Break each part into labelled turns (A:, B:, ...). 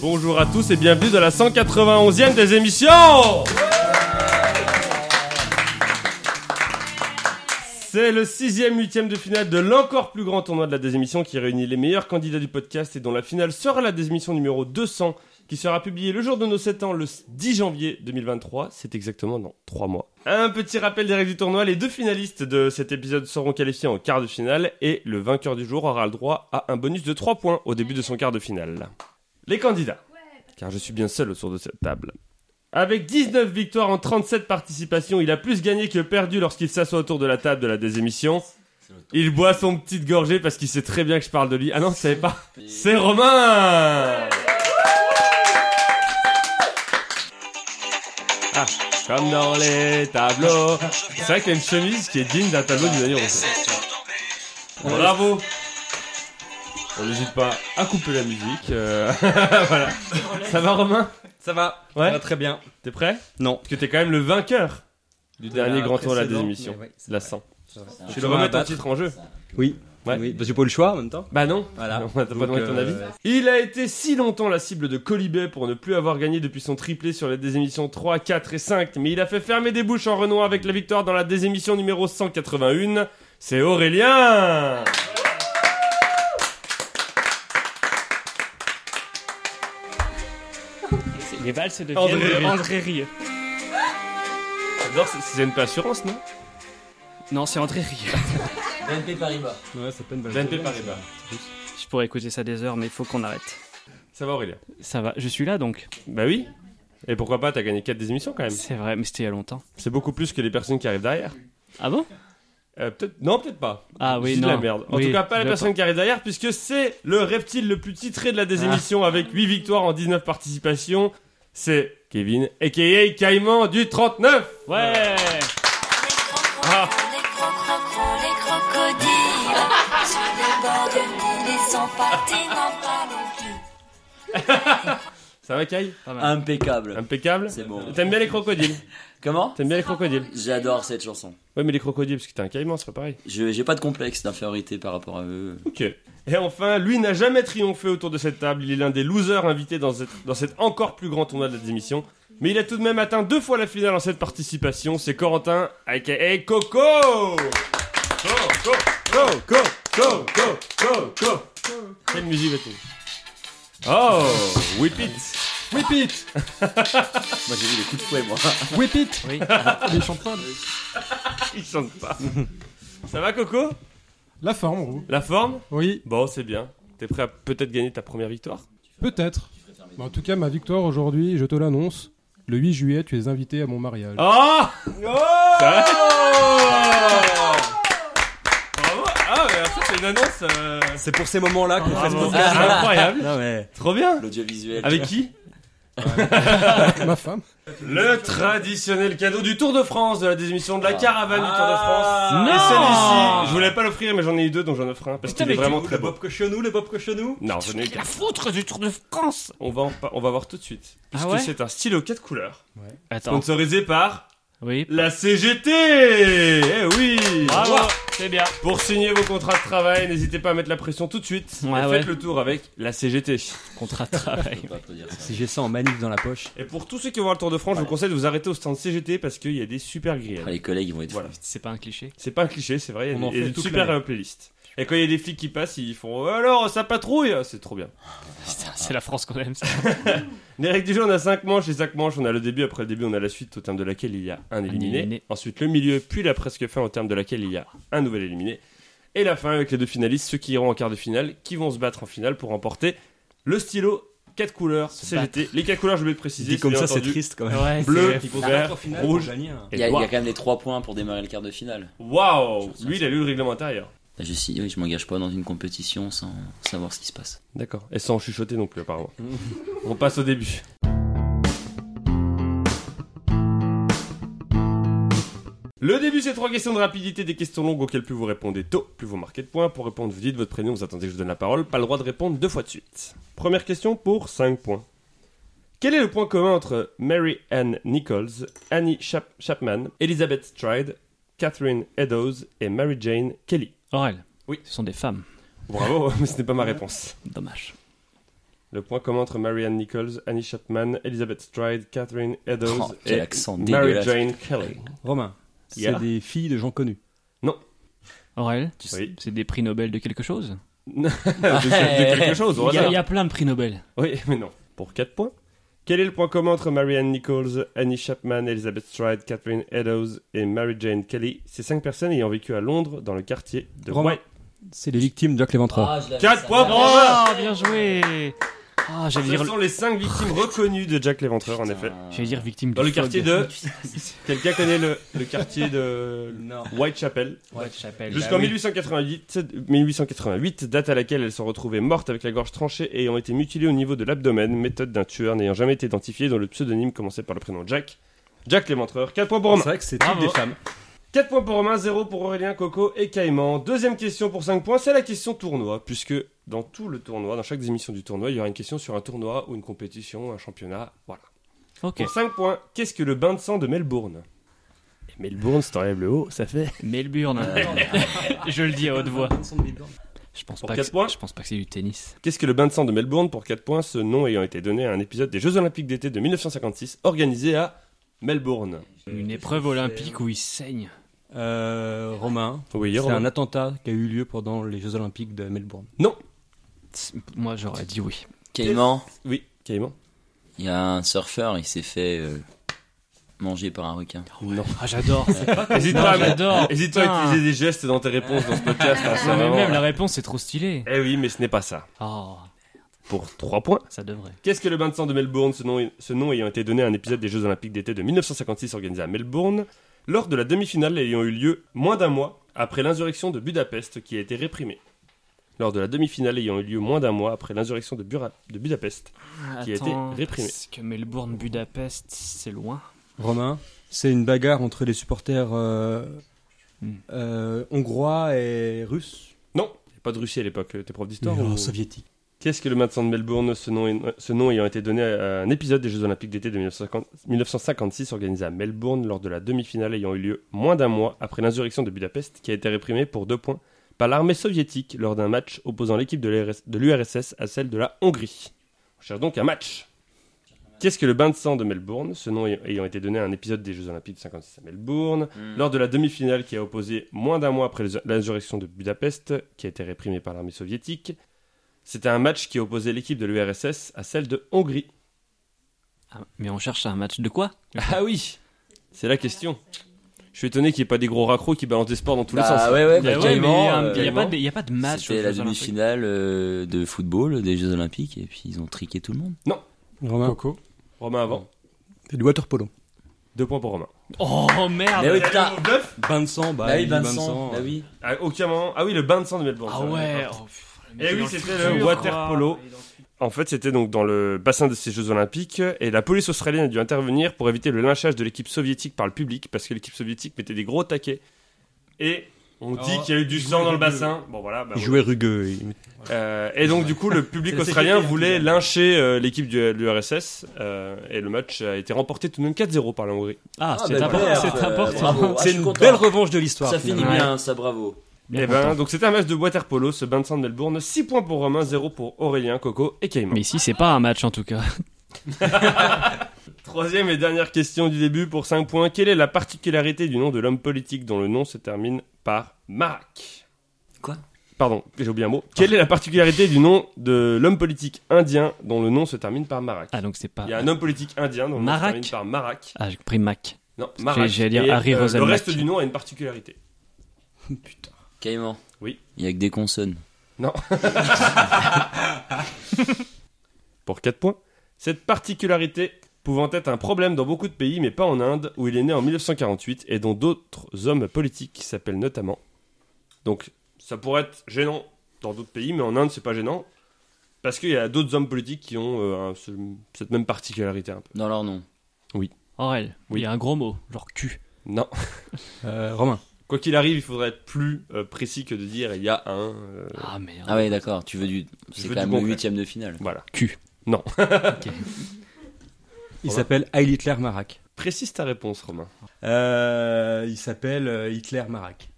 A: Bonjour à tous et bienvenue dans la 191e des émissions C'est le sixième huitième de finale de l'encore plus grand tournoi de la désémission qui réunit les meilleurs candidats du podcast et dont la finale sera la désémission numéro 200 qui sera publiée le jour de nos 7 ans le 10 janvier 2023. C'est exactement dans 3 mois. Un petit rappel des règles du tournoi. Les deux finalistes de cet épisode seront qualifiés en quart de finale et le vainqueur du jour aura le droit à un bonus de 3 points au début de son quart de finale. Les candidats. Car je suis bien seul autour de cette table. Avec 19 victoires en 37 participations, il a plus gagné que perdu lorsqu'il s'assoit autour de la table de la désémission. Il boit son petite gorgée parce qu'il sait très bien que je parle de lui. Ah non, savais pas. C'est Romain Ah, comme dans les tableaux. C'est vrai qu'il y a une chemise qui est digne d'un tableau du Daniel Rousseau. Bravo On n'hésite pas à couper la musique. euh, voilà. Ça va Romain
B: Ça va
A: Ouais.
B: Ça va très bien.
A: T'es prêt
B: Non.
A: Parce que t'es quand même le vainqueur du dernier grand tour de la désémission. La 100. Tu dois remettre ton titre en jeu.
B: Oui.
A: Ouais.
B: Oui, parce que j'ai pas eu le choix en même temps.
A: Bah non.
B: Voilà.
A: Non, t'as pas
B: Donc,
A: demandé ton
B: euh,
A: avis. Il a été si longtemps la cible de Colibet pour ne plus avoir gagné depuis son triplé sur les désémissions 3, 4 et 5, mais il a fait fermer des bouches en Renoir avec la victoire dans la désémission numéro 181. C'est Aurélien
C: Les valses de
A: André
C: Vienne,
A: Rieu.
C: André Rieu.
A: J'adore, c'est- c'est une assurance, non
C: Non, c'est André Rieu.
D: BNP Paribas.
B: Ouais, c'est pas une bonne
A: BNP Paribas.
C: Je pourrais écouter ça des heures, mais il faut qu'on arrête.
A: Ça va Aurélien
C: Ça va, je suis là donc.
A: Bah oui Et pourquoi pas, t'as gagné 4 désémissions quand même.
C: C'est vrai, mais c'était il y a longtemps.
A: C'est beaucoup plus que les personnes qui arrivent derrière.
C: Ah bon
A: Euh, peut-être... Non, peut-être pas.
C: Ah
A: Je
C: oui,
A: dis de
C: non.
A: la merde. En
C: Oui,
A: tout cas, pas la
C: j'attends.
A: personne qui arrive derrière, puisque c'est le reptile le plus titré de la
C: Ah.
A: désémission avec 8 victoires en 19 participations. C'est Kevin, a.k.a. Caïman du 39
C: Ouais
A: Ah.
E: Les crocrocros, les crocodiles, sur les bords de l'île, ils sont partis, n'en parlons plus.
A: Ça va, Kai
C: Pas mal.
D: Impeccable.
A: Impeccable
D: C'est bon.
A: T'aimes bien les crocodiles
D: Comment
A: T'aimes bien les crocodiles
D: J'adore cette chanson.
A: Ouais, mais les crocodiles, parce que t'es un caïman, c'est pas pareil.
D: Je j'ai pas de complexe d'infériorité par rapport à eux.
A: Ok. Et enfin, lui n'a jamais triomphé autour de cette table. Il est l'un des losers invités dans cette, dans cet encore plus grand tournoi de la démission. Mais il a tout de même atteint deux fois la finale en cette participation. C'est Corentin, aka Coco Go, go, go, go, go, go, go, go Quelle musique va-t-il Oh Whip it
B: Whip it
D: Moi j'ai vu les coups de fouet moi.
B: Whip it
C: Oui.
B: Les champions.
A: Il chante pas. Ça va, Coco
F: La forme, en gros.
A: La forme
F: Oui,
A: Bon, c'est bien. T'es prêt à peut-être gagner ta première victoire
F: peut-être. Mais en tout cas, ma victoire aujourd'hui, je te l'annonce. Le 8 juillet, tu es invité à mon mariage.
A: Oh Oh Bravo Ah, mais ça, c'est une annonce euh,
B: C'est pour ces moments-là qu'on fait ce
A: vraiment
B: podcast.
A: incroyable
G: Ah.
B: Non mais.
A: Trop bien
D: Ah L'audiovisuel.
A: Avec qui Ah.
F: Ma femme.
A: Le traditionnel cadeau du Tour de France, de la désémission de Ah la caravane du Tour de France.
C: Ah.
A: Et
C: Non.
A: celui-ci, je voulais pas l'offrir, mais j'en ai eu deux, donc j'en offre un, parce qu'il est vraiment très
B: le
A: beau.
B: Bob Cochonou, le Bob Cochonou.
A: Non, je n'ai
C: La foutre du Tour de France
A: On va, en par- on va voir tout de suite. Puisque
C: ouais
A: c'est un stylo 4 couleurs,
C: Attends.
A: sponsorisé par
C: Oui.
A: la CGT Eh oui
C: Bravo
A: Ouah.
C: C'est bien.
A: Pour signer vos contrats de travail, n'hésitez pas à mettre la pression tout de suite.
C: Ouais,
A: et
C: ouais.
A: faites le tour avec la CGT.
C: Contrat de
D: Je peux
C: travail.
D: pas applaudir ça.
B: Si j'ai ça en manif dans la poche.
A: Et pour tous ceux qui vont voir le Tour de France, je vous conseille de vous arrêter au stand CGT parce qu'il y a des super grillades.
D: Après, Ah, les collègues ils vont être
A: Voilà.
C: C'est pas un cliché
A: C'est pas un cliché, c'est vrai. Il y a,
B: On
A: des-
B: en
A: il y a
B: fait
A: une
B: toute
A: super
B: l'année.
A: euh, playlist. Et quand il y a des flics qui passent, ils font Oh alors ça patrouille, c'est trop bien.
C: Putain, c'est la France qu'on aime ça.
A: Les règles du jeu, on a 5 manches. Les 5 manches, on a le début, après le début, on a la suite, au terme de laquelle il y a un éliminé.
C: éliminé.
A: Ensuite, le milieu, puis la presque fin, au terme de laquelle il y a un nouvel éliminé. Et la fin avec les deux finalistes, ceux qui iront en quart de finale, qui vont se battre en finale pour remporter le stylo 4 couleurs CGT. Les 4 couleurs, je vais le préciser.
B: Dit comme
A: bien
B: ça, c'est
A: entendu
B: triste quand même.
C: Ouais,
A: Bleu,
C: c'est-
A: vert, rouge
B: hein.
A: et
D: Il y, a, il y a
A: noir.
D: quand même les 3 points pour démarrer le quart de finale.
A: Waouh Lui, il a lu le règlement intérieur.
D: Bah, Je suis, oui, je m'engage pas dans une compétition sans savoir ce qui se passe.
A: D'accord. Et sans chuchoter non plus, apparemment. On passe au début. Le début, c'est trois questions de rapidité, des questions longues auxquelles plus vous répondez tôt, plus vous marquez de points. Pour répondre, vous dites votre prénom, vous attendez que je vous donne la parole. Pas le droit de répondre deux fois de suite. Première question pour 5 points. Quel est le point commun entre Mary Ann Nichols, Annie Chap- Chapman, Elizabeth Stride, Catherine Eddowes et Mary Jane Kelly
C: Aurel.
A: Oui.
C: Ce sont des femmes.
A: Bravo, mais ce n'est pas ma réponse.
C: Dommage.
A: Le point commun entre Marianne Nichols, Annie Chapman, Elizabeth Stride, Catherine Eddowes
D: Oh, quel
A: et
D: accent
A: Mary
D: dégueulasse.
A: Jane Kelly.
B: Romain, c'est
A: Yeah.
B: des filles de gens connus.
C: Aurel, tu sais-
A: Oui.
C: c'est des prix Nobel de quelque chose
A: de, de quelque chose, au
C: Il y, a,
A: hasard.
C: il y a plein de prix Nobel.
A: Oui, mais non. Pour 4 points. Quel est le point commun entre Marianne Nichols, Annie Chapman, Elizabeth Stride, Catherine Eddowes et Mary Jane Kelly Ces 5 personnes ayant vécu à Londres dans le quartier de
B: Romain.
A: White.
B: C'est les victimes de Jack Léventreur.
G: Ah, je l'avais,
A: 4
G: ça.
A: points pour Romain
C: Oh, bien joué Ah, j'allais
A: Ce
C: dire,
A: sont les 5 victimes reconnues de Jack l'Éventreur, en effet.
C: j'allais dire victime
A: Oh. Dans
C: du
A: le quartier de.
C: fog.
A: Quelqu'un connaît le, le quartier de
G: Non.
A: Whitechapel
G: Ouais,
C: Eh
G: chapelle.
C: ben
A: Jusqu'en 1888, 1888, date à laquelle elles sont retrouvées mortes avec la gorge tranchée et ont été mutilées au niveau de l'abdomen, méthode d'un tueur n'ayant jamais été identifié dont le pseudonyme commençait par le prénom Jack. Jack Léventreur, 4 points pour Romain.
B: C'est vrai que c'est toutes
C: Bravo.
B: des femmes.
A: 4 points pour Romain, 0 pour Aurélien, Coco et Caïman. Deuxième question pour 5 points, c'est la question tournoi, puisque dans tout le tournoi, dans chaque émission du tournoi, il y aura une question sur un tournoi ou une compétition, un championnat, voilà.
C: Ok.
A: Pour 5 points, qu'est-ce que le bain de sang de Melbourne Et Melbourne, si t'enlèves le haut, ça fait...
C: Melbourne. je le dis à haute voix. Je pense,
A: Pour
C: pas que,
A: quatre points.
C: c'est- je pense pas que c'est du tennis.
A: Qu'est-ce que le bain de sang de Melbourne pour 4 points, ce nom ayant été donné à un épisode des Jeux Olympiques d'été de 1956 organisé à Melbourne
C: Une épreuve olympique où il saigne.
B: Euh, Romain,
A: Oui,
B: c'est
A: Romain.
B: un attentat qui a eu lieu pendant les Jeux Olympiques de Melbourne.
C: C'est- Moi, j'aurais dit oui.
D: Caïman,
A: Oui, Caïman
D: il y a un surfeur, il s'est fait euh, manger par un requin.
A: Non.
C: Ah, j'adore.
A: Hésite
C: Non,
A: pas, à-
C: j'adore.
A: hésite pas à
C: Putain.
A: utiliser des gestes dans tes réponses dans ce podcast. hein, c'est
C: Non, mais
A: vraiment-
C: même la réponse est trop stylée.
A: Eh oui, mais ce n'est pas ça.
C: Oh,
A: Pour 3 points.
C: ça devrait.
A: Qu'est-ce que le bain de sang de Melbourne ce nom, ce nom ayant été donné à un épisode des Jeux Olympiques d'été de 1956 organisé à Melbourne, lors de la demi-finale ayant eu lieu moins d'un mois après l'insurrection de Budapest qui a été réprimée. Lors de la demi-finale ayant eu lieu moins d'un mois après l'insurrection de, Bura- de Budapest. Qui a été
C: Attends,
A: réprimé.
C: Parce que Melbourne, Budapest, c'est loin.
B: Romain, c'est une bagarre entre les supporters euh,
C: Hmm.
B: euh, hongrois et russes.
A: Non, il n'y a pas de Russie à l'époque, euh, t'es prof d'histoire ou-
B: soviétique.
A: Qu'est-ce que le bain de sang de Melbourne ce nom, ce nom ayant été donné à un épisode des Jeux Olympiques d'été de 1950 1956 organisé à Melbourne lors de la demi-finale ayant eu lieu moins d'un mois après l'insurrection de Budapest qui a été réprimée pour deux points par l'armée soviétique lors d'un match opposant l'équipe de l'URSS de l'URSS à celle de la Hongrie. On cherche donc un match. Qu'est-ce que le bain de sang de Melbourne Ce nom ayant- ayant été donné à un épisode des Jeux Olympiques de 56 à Melbourne lors de la demi-finale qui a opposé moins d'un mois après les- l'insurrection de Budapest, qui a été réprimée par l'armée soviétique, c'était un match qui opposait l'équipe de l'URSS à celle de Hongrie.
C: Ah, mais on cherche un match de quoi
A: Ah oui C'est la question. Je suis étonné qu'il n'y ait pas des gros raccros qui balancent des sports dans tous les
D: Bah
A: sens.
D: ouais, ouais, bah,
C: Bah ouais, mais
D: Caïman, euh,
C: Il n'y a, pas de- il y a pas de match. aux
D: C'était la
C: Jeux Olympiques.
D: demi-finale euh, de football des Jeux Olympiques et puis ils ont triqué tout le monde.
B: Romain,
F: Coco.
A: Romain avant.
B: c'est du water polo.
A: Deux points pour Romain.
C: Oh merde
D: Mais Eh oui, putain.
B: Bain de sang, bah,
D: Bah oui,
B: il dit
D: bain de sang. Bah oui.
A: À aucun moment. Ah oui, le bain de sang de Melbourne.
C: Ah
A: ça,
C: ouais
A: d'accord.
C: oh, pff,
A: Eh
C: était
A: oui,
C: dans
A: c'était
C: futur,
A: le
C: quoi.
A: water-polo. En fait, c'était donc dans le bassin de ces Jeux Olympiques et la police australienne a dû intervenir pour éviter le lynchage de l'équipe soviétique par le public parce que l'équipe soviétique mettait des gros taquets. Et on dit qu'il y a eu du sang dans le bassin. Bon voilà. bah,
B: Il
A: voilà.
B: jouait rugueux. il-
A: Euh, et donc du coup, le public
B: C'est le
A: australien
B: CGT, hein,
A: voulait
B: qui
A: lyncher euh, l'équipe de l'URSS euh, et le match a été remporté tout de même 4-0 par la Hongrie.
C: Ah,
D: Ah,
C: c'est
D: bah,
C: important.
D: merde,
C: C'est
D: euh,
C: important.
D: bravo. Ah, je
B: C'est
D: suis
B: une
D: content.
B: belle revanche de l'histoire.
D: Ça finit
B: finalement.
D: bien, ça, bravo.
C: Bien
A: et ben,
C: content.
A: donc c'était un match de water polo, ce bain de sang de Melbourne. 6 points pour Romain, 0 pour Aurélien, Coco et Caïman.
C: Mais ici, c'est pas un match en tout cas.
A: Troisième et dernière question du début pour 5 points. Quelle est la particularité du nom de l'homme politique dont le nom se termine par Marak
D: Quoi
A: Pardon, j'ai oublié un mot. Quelle est la particularité du nom de l'homme politique indien dont le nom se termine par Marak
C: Ah, donc c'est pas.
A: Il y a un homme politique indien dont le nom se
C: Marak
A: termine par Marak.
C: Ah, j'ai pris Mac.
A: Non,
C: que
A: Marak.
C: j'allais dire
A: Et, euh,
C: Harry
A: Le
C: Rosenbach.
A: reste du nom a une particularité.
D: Caïman.
A: Oui.
D: Il y a que des consonnes.
A: Pour 4 points. Cette particularité pouvant être un problème dans beaucoup de pays, mais pas en Inde, où il est né en 1948 et dont d'autres hommes politiques s'appellent notamment. Donc, ça pourrait être gênant dans d'autres pays, mais en Inde, c'est pas gênant. Parce qu'il y a d'autres hommes politiques qui ont euh, un- ce- cette même particularité un peu.
D: Dans leur nom.
C: Aurel,
A: Oui.
C: il y a un gros mot, genre cul.
A: Non.
B: Euh, Romain,
A: Quoi qu'il arrive, il faudrait être plus euh, précis que de dire il y a un. euh,
C: Ah merde.
D: Ah ouais, d'accord, tu veux du. C'est
A: veux
D: quand
A: du
D: même le
A: concret.
D: huitième de finale.
A: Voilà.
B: il
A: Romain.
B: s'appelle Heil Hitler Marak.
A: Précise ta réponse, Romain.
B: Euh, il s'appelle euh, Hitler Marak.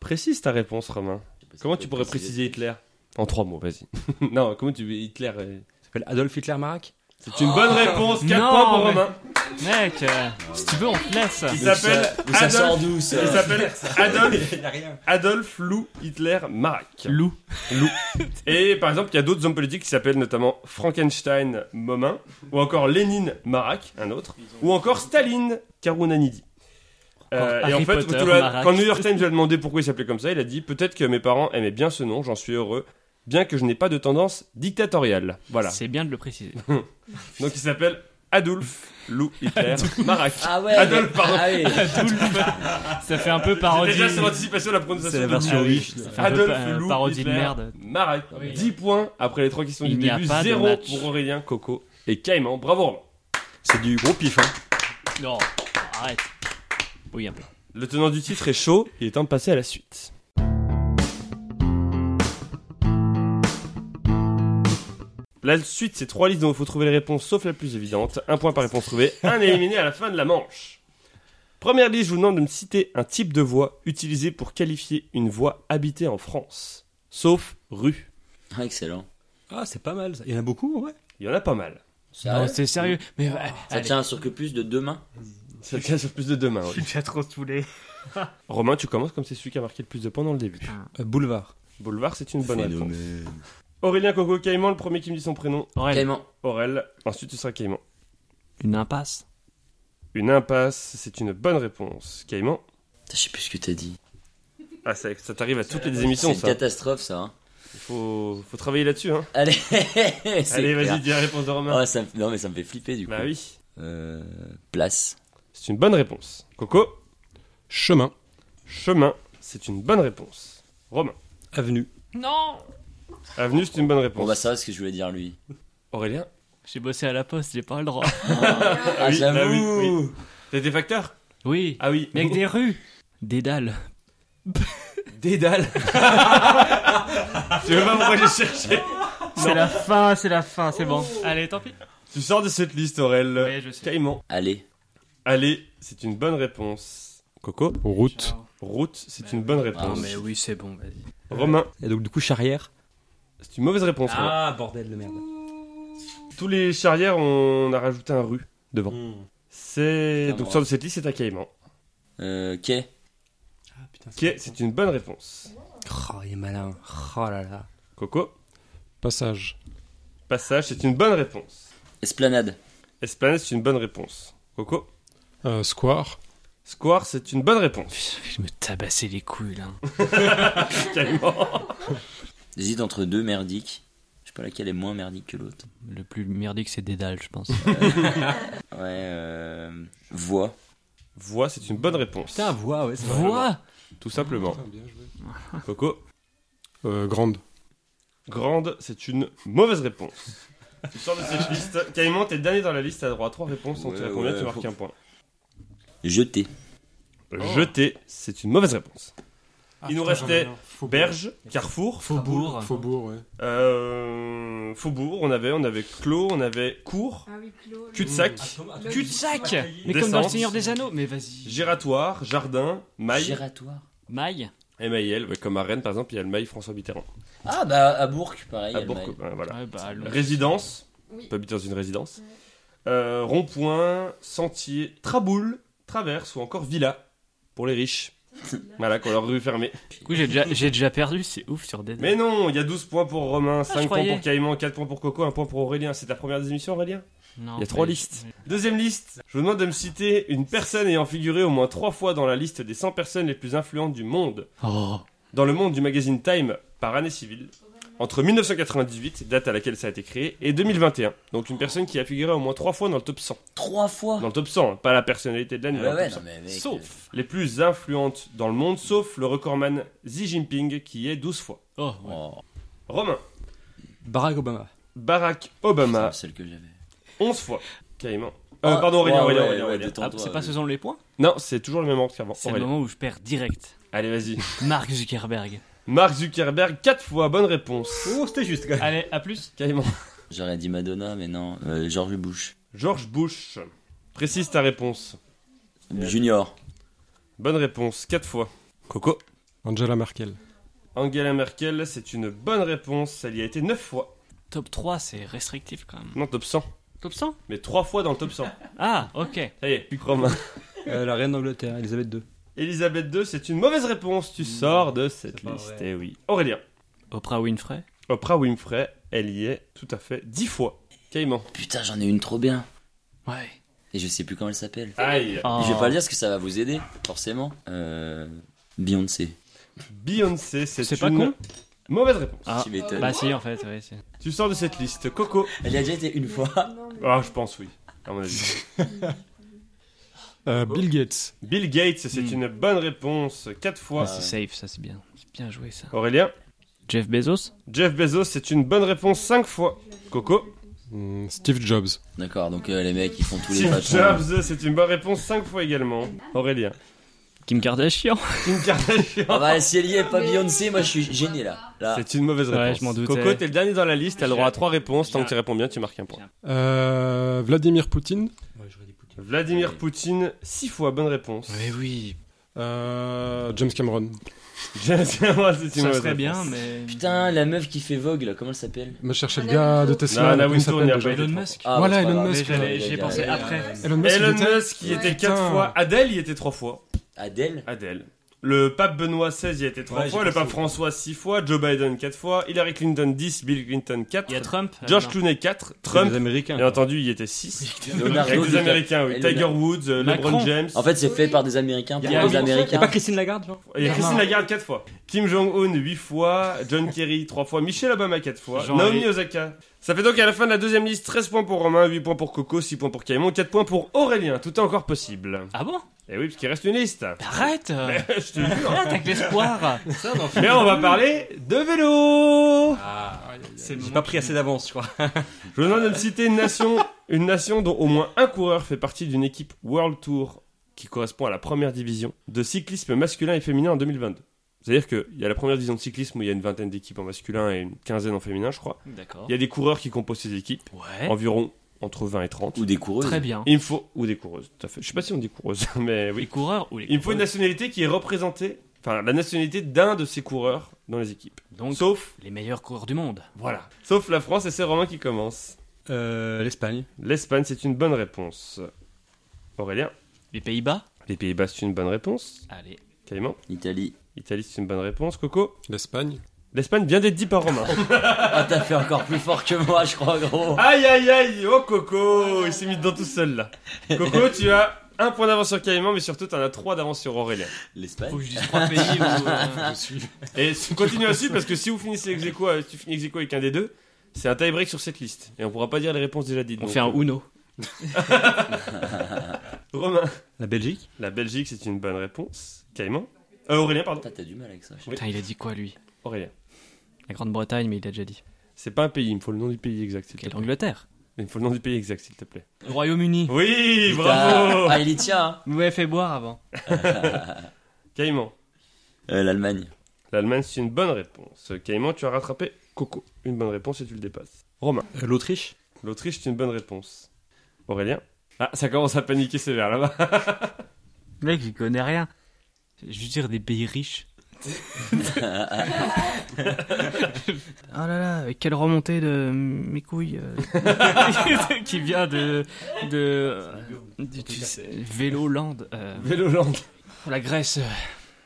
A: Précise ta réponse, Romain. Comment tu pourrais préciser Hitler En trois mots, vas-y. non, comment tu Hitler euh,
D: C'est
G: s'appelle Adolf Hitler-Marac.
A: C'est une bonne
D: Ah.
A: réponse, 4
C: Non,
A: points pour
C: mais-
A: Romain.
C: Mec, euh, si tu veux, on te laisse.
A: Il
D: Donc
A: s'appelle
D: Ah, ça- donc Ça sort
A: Adolf,
D: d'où ça
A: il s'appelle Adolf,
G: Il a rien.
A: Adolf Lou Hitler Marek.
C: Loup.
A: Et par exemple, il y a d'autres hommes politiques qui s'appellent notamment Frankenstein Momin, ou encore Lénine Marak, un autre, ou encore Staline Karunanidi. Euh,
C: Encore
A: et en
C: Harry
A: fait,
C: Potter,
A: tout le-
C: Marak.
A: quand New York Times lui a demandé pourquoi il s'appelait comme ça, il a dit Peut-être que mes parents aimaient bien ce nom, j'en suis heureux, bien que je n'ai pas de tendance dictatoriale. Voilà.
C: C'est bien de le préciser.
A: Donc il s'appelle Adolf Lou Hitler Marak.
D: Ah ouais
A: Adolf,
D: mais-
A: pardon.
D: Ah oui.
C: Ça fait un peu
A: J'ai
C: parodie.
A: déjà sur l'anticipation de la prononciation
G: C'est la
A: de
G: version
A: Lou.
G: riche.
C: Ça fait un peu
A: Adolphe
C: pa-
A: Lou,
C: parodie de
A: Hitler,
C: merde.
A: Marak,
C: Oui.
A: 10 points après les trois questions
C: Il
A: du
C: n'y a
A: début,
C: pas de
A: 0
C: match.
A: pour Aurélien, Coco et Caïman. Bravo Romain.
G: C'est du gros pif, hein.
C: Non, arrête. Oui, un peu.
A: Le tenant du titre est chaud, il est temps de passer à la suite. La suite, c'est trois listes dont il faut trouver les réponses, sauf la plus évidente. Un point par réponse trouvée, un éliminé à la fin de la manche. Première liste, je vous demande de me citer un type de voix utilisé pour qualifier une voie habitée en France. Sauf rue.
D: Ah, excellent.
G: Ah, c'est pas mal. ça. Il y en a beaucoup, ouais.
A: Il y en a pas mal.
C: Non,
D: Sérieux
C: c'est sérieux. Mais
A: Ah,
C: euh,
D: Ça
C: allez.
D: tient sur que plus de deux mains
A: Ça tient sur plus de deux mains. ouais.
C: suis déjà trop saoulé.
A: Romain, tu commences comme c'est celui qui a marqué le plus de points dans le début.
G: Euh, boulevard.
A: Boulevard, c'est une bonne réponse. Aurélien Coco Caïman, le premier qui me dit son prénom.
C: Aurel,
D: Clément.
A: Aurel, ensuite tu seras Caïman.
C: une impasse.
A: Une impasse, c'est une bonne réponse. Caïman.
D: Putain, Je sais plus ce que t'as dit.
A: Ah, ça, ça t'arrive à toutes les
D: C'est
A: émissions,
D: une
A: ça.
D: catastrophe ça. hein.
A: Il faut, faut travailler là-dessus. Hein.
D: Allez, c'est
A: Allez,
D: clair.
A: vas-y, dis la réponse de Romain.
D: Oh, ça me- Non mais ça me fait flipper du coup.
A: bah oui,
D: Euh, place.
A: c'est une bonne réponse. Coco,
F: Chemin.
A: chemin, c'est une bonne réponse. Romain,
G: Avenue.
H: Non
A: avenue, c'est une bonne réponse.
D: Bon bah ça c'est ce que je voulais dire lui.
A: Aurélien,
C: J'ai bossé à la poste, j'ai pas le droit.
D: Ah,
A: oui, bah oui,
D: j'avoue.
A: t'as des facteurs
C: Oui,
A: Ah oui,
C: mais avec des rues. Des dalles.
A: Dédale. Je veux pas pourquoi j'ai cherché.
C: C'est la fin, c'est la fin, c'est bon.
A: Oh.
C: Allez, tant pis.
A: Tu sors de cette liste, Aurel.
C: Ouais, je sais.
A: Caïman.
D: Allez.
A: Allez, c'est une bonne réponse. Coco,
F: Route.
A: route, c'est une bonne réponse.
C: oui, c'est bon, vas-y.
A: Romain,
G: Et donc, du coup, charrière.
A: c'est une mauvaise réponse. Romain.
D: Ah.
G: bordel de merde.
A: Tous les charrières, on a rajouté un rue devant.
D: Hmm.
A: C'est
D: Ah,
A: donc
D: bon.
A: sort de cette liste, c'est un caïman.
D: Euh, quai.
G: Ah,
A: Ok, c'est une bonne réponse.
G: Oh, il est malin. Oh là là.
A: Coco,
F: Passage.
A: passage, c'est une bonne réponse.
D: Esplanade.
A: Esplanade, c'est une bonne réponse. Coco,
F: Euh, square.
A: square, c'est une bonne réponse.
C: Je vais me tabasser les couilles là.
A: Caïman.
D: J'hésite entre deux merdiques. Je sais pas laquelle est moins merdique que l'autre.
C: Le plus merdique, c'est des dalles, je pense.
D: Ouais. Euh, voix.
A: Voix, c'est une bonne réponse.
G: Putain, voix, ouais, c'est vrai.
C: Voix
A: Tout
F: Oh.
A: simplement. Coco,
F: Euh, grande.
A: Grande, c'est une mauvaise réponse. tu sors de cette liste. Caïman, t'es le dernier dans la liste, t'as droit à trois réponses. Donc
D: Ouais,
A: tu réponds bien,
D: ouais,
A: tu marques
D: faut-
A: un point.
D: Jeter.
A: Jeter, c'est une mauvaise réponse. Ah, Il nous
F: putain, j'en ai
A: restait
F: un. Faubourg.
A: Berge, Carrefour,
C: Faubourg.
F: Faubourg, ouais.
A: euh, Faubourg, on avait, on avait Clos, on avait Cours,
H: Ah oui, Claude.
A: Cul-de-sac,
C: Cul-de-sac Mais
A: Descente.
C: comme dans le Seigneur des Anneaux Mais vas-y.
A: Giratoire, Jardin, Maille,
D: Giratoire.
C: Maille
A: M.A.I.L. ouais, comme à Rennes par exemple, il y a le Maille François Mitterrand.
D: Ah bah à Bourg pareil.
A: À
D: elle
A: Bourg,
D: m'a-
A: euh, voilà.
C: Ouais, bah, allons.
A: Résidence,
H: Oui.
A: on peut habiter dans une résidence. Euh, Rond-point, sentier, traboule, traverse ou encore villa pour les riches. voilà, qu'on leur rue fermée.
C: Du coup, j'ai déjà, j'ai déjà perdu, c'est ouf sur des dalles.
A: Mais non, il y a 12 points pour Romain, 5
C: Ah, je
A: points
C: croyais.
A: pour Caïman, 4 points pour Coco, 1 point pour Aurélien. C'est ta première des émissions, Aurélien
C: Non,
A: Il y a trois
C: mais-
A: listes. Deuxième liste, je vous demande de me citer une personne ayant figuré au moins 3 fois dans la liste des 100 personnes les plus influentes du monde.
C: Oh
A: Dans le monde du magazine Time par année civile, entre 1998, date à laquelle ça a été créé, et 2021. Donc une personne qui a figuré au moins 3 fois dans le top 100.
D: Trois fois.
A: Dans le top 100, hein, pas la personnalité de l'année.
D: Oh. Ah
A: dans
D: ouais,
A: le
D: ouais,
A: top
D: non,
A: 100.
D: mais mec,
A: Sauf les plus influentes dans le monde, sauf le recordman Xi Jinping qui y est 12 fois.
C: Oh,
D: euh, oh,
A: Romain,
G: Barack Obama.
A: Barack
D: putain,
A: Obama,
D: celle que j'avais. Oh,
A: 11 fois. Caïman. Euh, pardon, Aurélien,
D: Ah, Ouais,
A: Aurélien,
D: ouais,
A: Aurélien,
D: ouais,
A: Aurélien. Ah,
D: détends-toi,
C: c'est pas
D: euh,
C: ce genre les points
A: Non, c'est toujours le même ordre qu'avant.
C: C'est le
A: Aurélien.
C: moment où je perds direct.
A: Allez, vas-y.
C: Mark Zuckerberg.
A: Mark Zuckerberg, 4 fois, bonne réponse.
G: Oh, c'était juste, quand
C: Allez, à plus.
A: Caïman.
D: J'aurais dit Madonna, mais non. Euh, George Bush.
A: George Bush, précise ta réponse.
D: Junior.
A: Bonne réponse, 4 fois. Coco.
F: Angela Merkel.
A: Angela Merkel, c'est une bonne réponse, elle y a été 9 fois.
C: Top 3, c'est restrictif quand même.
A: Non, top 100.
C: Top 100
A: Mais trois fois dans le top 100.
C: Ah, ok.
A: Ça y est, Romain.
B: Euh, la reine d'Angleterre, Elisabeth II.
A: Elisabeth II, c'est une mauvaise réponse. Tu sors de cette
B: pas
A: liste.
B: vrai.
A: Eh oui. Aurélien.
C: Oprah Winfrey
A: Oprah Winfrey, elle y est tout à fait dix fois. Caïman.
D: Putain, j'en ai une trop bien.
C: Ouais.
D: Et je sais plus comment elle s'appelle.
A: Aïe.
C: Oh.
D: Et Je vais pas le dire parce que ça va vous aider, forcément. Euh, Beyoncé.
A: Beyoncé, c'est
C: C'est
A: une
C: pas con
A: mauvaise réponse.
C: Ah.
D: Tu m'étonnes.
C: Bah si, en fait, ouais. c'est-
A: Tu sors de cette liste. Coco.
D: Elle y a déjà été une fois.
A: Ah, je pense, oui. À mon avis.
F: Euh, Bill Gates.
A: Bill Gates, c'est
C: Hmm.
A: une bonne réponse. Quatre fois.
D: Ah,
C: C'est safe, ça c'est bien. C'est bien joué ça.
A: Aurélien.
C: Jeff Bezos
A: Jeff Bezos, c'est une bonne réponse. Cinq fois. Coco.
F: Hmm, Steve Jobs.
D: D'accord, donc euh, les mecs, ils font tous les
A: Steve
D: patrons.
A: Jobs, c'est une bonne réponse. Cinq fois également. Aurélien.
C: Kim Kardashian
A: Kim Kardashian.
D: Ah bah, si elle y est, pas Beyoncé, moi je suis gêné là. là.
A: C'est une mauvaise
C: Ouais,
A: réponse.
C: je m'en doutais.
A: Coco, t'es le dernier dans la liste, t'as le droit à trois réponses. Tant
C: J'ai-
A: que tu réponds bien, tu marques un point.
F: Euh, Vladimir Poutine.
A: Vladimir Poutine, six fois, bonne réponse.
C: Mais oui,
F: Euh, James Cameron.
A: James Cameron, c'est une
C: ça
A: mauvaise
C: serait bien,
A: réponse.
C: mais.
D: Putain, la meuf qui fait Vogue là, comment elle s'appelle
F: Me chercher le
A: Ah,
F: gars de
A: Non,
F: Tesla. là,
A: Anna
F: comment il
A: Wintour, il y a
F: s'appelle
A: pas
F: déjà
A: Elon
C: Elon
A: Musk.
C: Musk
D: Ah,
F: Voilà,
D: bah, c'est pas
F: Elon
D: grave.
F: Musk.
D: Il y a- il y a-
C: J'y ai
D: il y a-
C: pensé
D: il y a-
C: après.
F: Elon Musk, il
A: Elon
F: était-
A: Musk, il était quatre
F: Putain.
A: fois. Adèle, il était trois fois.
D: Adèle
A: Adèle. Le pape Benoît XVI, il était trois
B: Ouais,
A: fois.
B: j'ai
A: Le
B: pensé.
A: pape François, six fois. Joe Biden, quatre fois. Hillary Clinton, 10. Bill Clinton,
C: Il y a
A: 4.
C: Trump euh,
A: George
C: non.
A: Clooney, 4.
B: Les
A: Trump,
B: Américains.
A: bien entendu, il y était 6.
D: Leonardo
A: Avec des
D: DiCaprio.
A: Américains, oui.
D: Et
A: Tiger
D: Leonardo-
A: Woods, euh, LeBron
C: Macron.
A: James.
D: En fait, c'est fait par des Américains pour
C: Il y a
D: des
C: un-
D: Américains.
G: Christine Lagarde, genre
A: Il y a Christine Lagarde 4 fois, Kim Jong-un 8 fois, John Kerry 3 fois, Michelle Obama 4 fois,
C: Jean-
A: Naomi Osaka. Ça fait donc à la fin de la deuxième liste 13 points pour Romain, 8 points pour Coco, 6 points pour Caïmon, 4 points pour Aurélien. Tout est encore possible.
C: Ah bon
A: Et oui, parce qu'il reste une liste.
C: Arrête euh,
A: Je te jure.
C: Arrête avec l'espoir
A: Mais on va parler de vélo.
G: J'ai pas pris assez d'avance, je crois.
A: Je vous demande de me citer une nation, une nation dont au moins un coureur fait partie d'une équipe World Tour qui correspond à la première division de cyclisme masculin et féminin en 2022. C'est-à-dire qu'il y a la première division de cyclisme où il y a une vingtaine d'équipes en masculin et une quinzaine en féminin, je crois.
C: D'accord.
A: Il y a des coureurs qui composent ces équipes,
C: Ouais.
A: environ entre 20 et 30.
D: Ou des coureuses.
C: Très bien.
A: Il me faut ou des coureuses, tout à fait. Je sais pas si on dit coureuses, mais
C: Les
A: oui.
C: coureurs ou les
A: Il me faut une
C: coureuses.
A: nationalité qui est représentée, enfin la nationalité d'un de ces coureurs dans les équipes.
C: Donc,
A: Sauf,
C: les meilleurs coureurs du monde.
A: voilà, sauf la France et c'est Romain qui commence.
B: Euh, L'Espagne.
A: L'Espagne, c'est une bonne réponse. Aurélien,
C: Les Pays-Bas
A: les Pays-Bas, c'est une bonne réponse.
C: Allez.
A: Caïman,
D: Italie.
A: Italie, c'est une bonne réponse. Coco,
F: L'Espagne.
A: l'Espagne vient d'être dit par Romain.
D: Ah, t'as fait encore plus fort que moi, je crois, gros.
A: Aïe aïe aïe, oh Coco, il s'est mis dedans tout seul là. Coco, tu as un point d'avance sur Caïman, mais surtout t'en as trois d'avance sur Aurélien.
D: L'Espagne
C: Faut que je dise trois pays ou. euh,
A: Et tu- continue à suivre parce que si vous finissez ex aequo, euh, si tu finis ex aequo avec un des deux, c'est un tie-break sur cette liste. Et on pourra pas dire les réponses déjà dites.
C: On
A: Donc,
C: fait un Uno.
A: euh, Romain.
B: La Belgique.
A: La Belgique, c'est une bonne réponse. Caïman. Euh, Aurélien, pardon.
D: Putain, t'as du mal avec ça. je sais
C: Putain, il a dit quoi lui
A: Aurélien.
C: La Grande-Bretagne, mais il a déjà dit.
A: C'est pas un pays, il me faut le nom du pays exact, s'il te
C: Ok,
A: plaît.
C: l'Angleterre.
A: Il me faut le nom du pays exact, s'il te plaît.
C: Le Royaume-Uni.
A: Oui,
D: pas.
A: bravo
D: Ah, il y tient, hein.
C: Vous m'avez fait boire avant.
A: Caïman.
D: Euh, L'Allemagne.
A: L'Allemagne, c'est une bonne réponse. Caïman, tu as rattrapé Coco. Une bonne réponse et tu le dépasses. Romain.
B: Euh, L'Autriche.
A: L'Autriche, c'est une bonne réponse. Aurélien. Ah, ça commence à paniquer sévère là-bas.
C: Mec, j'y connais rien. Je veux dire des pays riches. Ah Oh là là, avec quelle remontée de mes couilles euh, qui vient de de, de- tu sais, Véloland, euh,
A: Vélolande.
C: la Grèce. euh.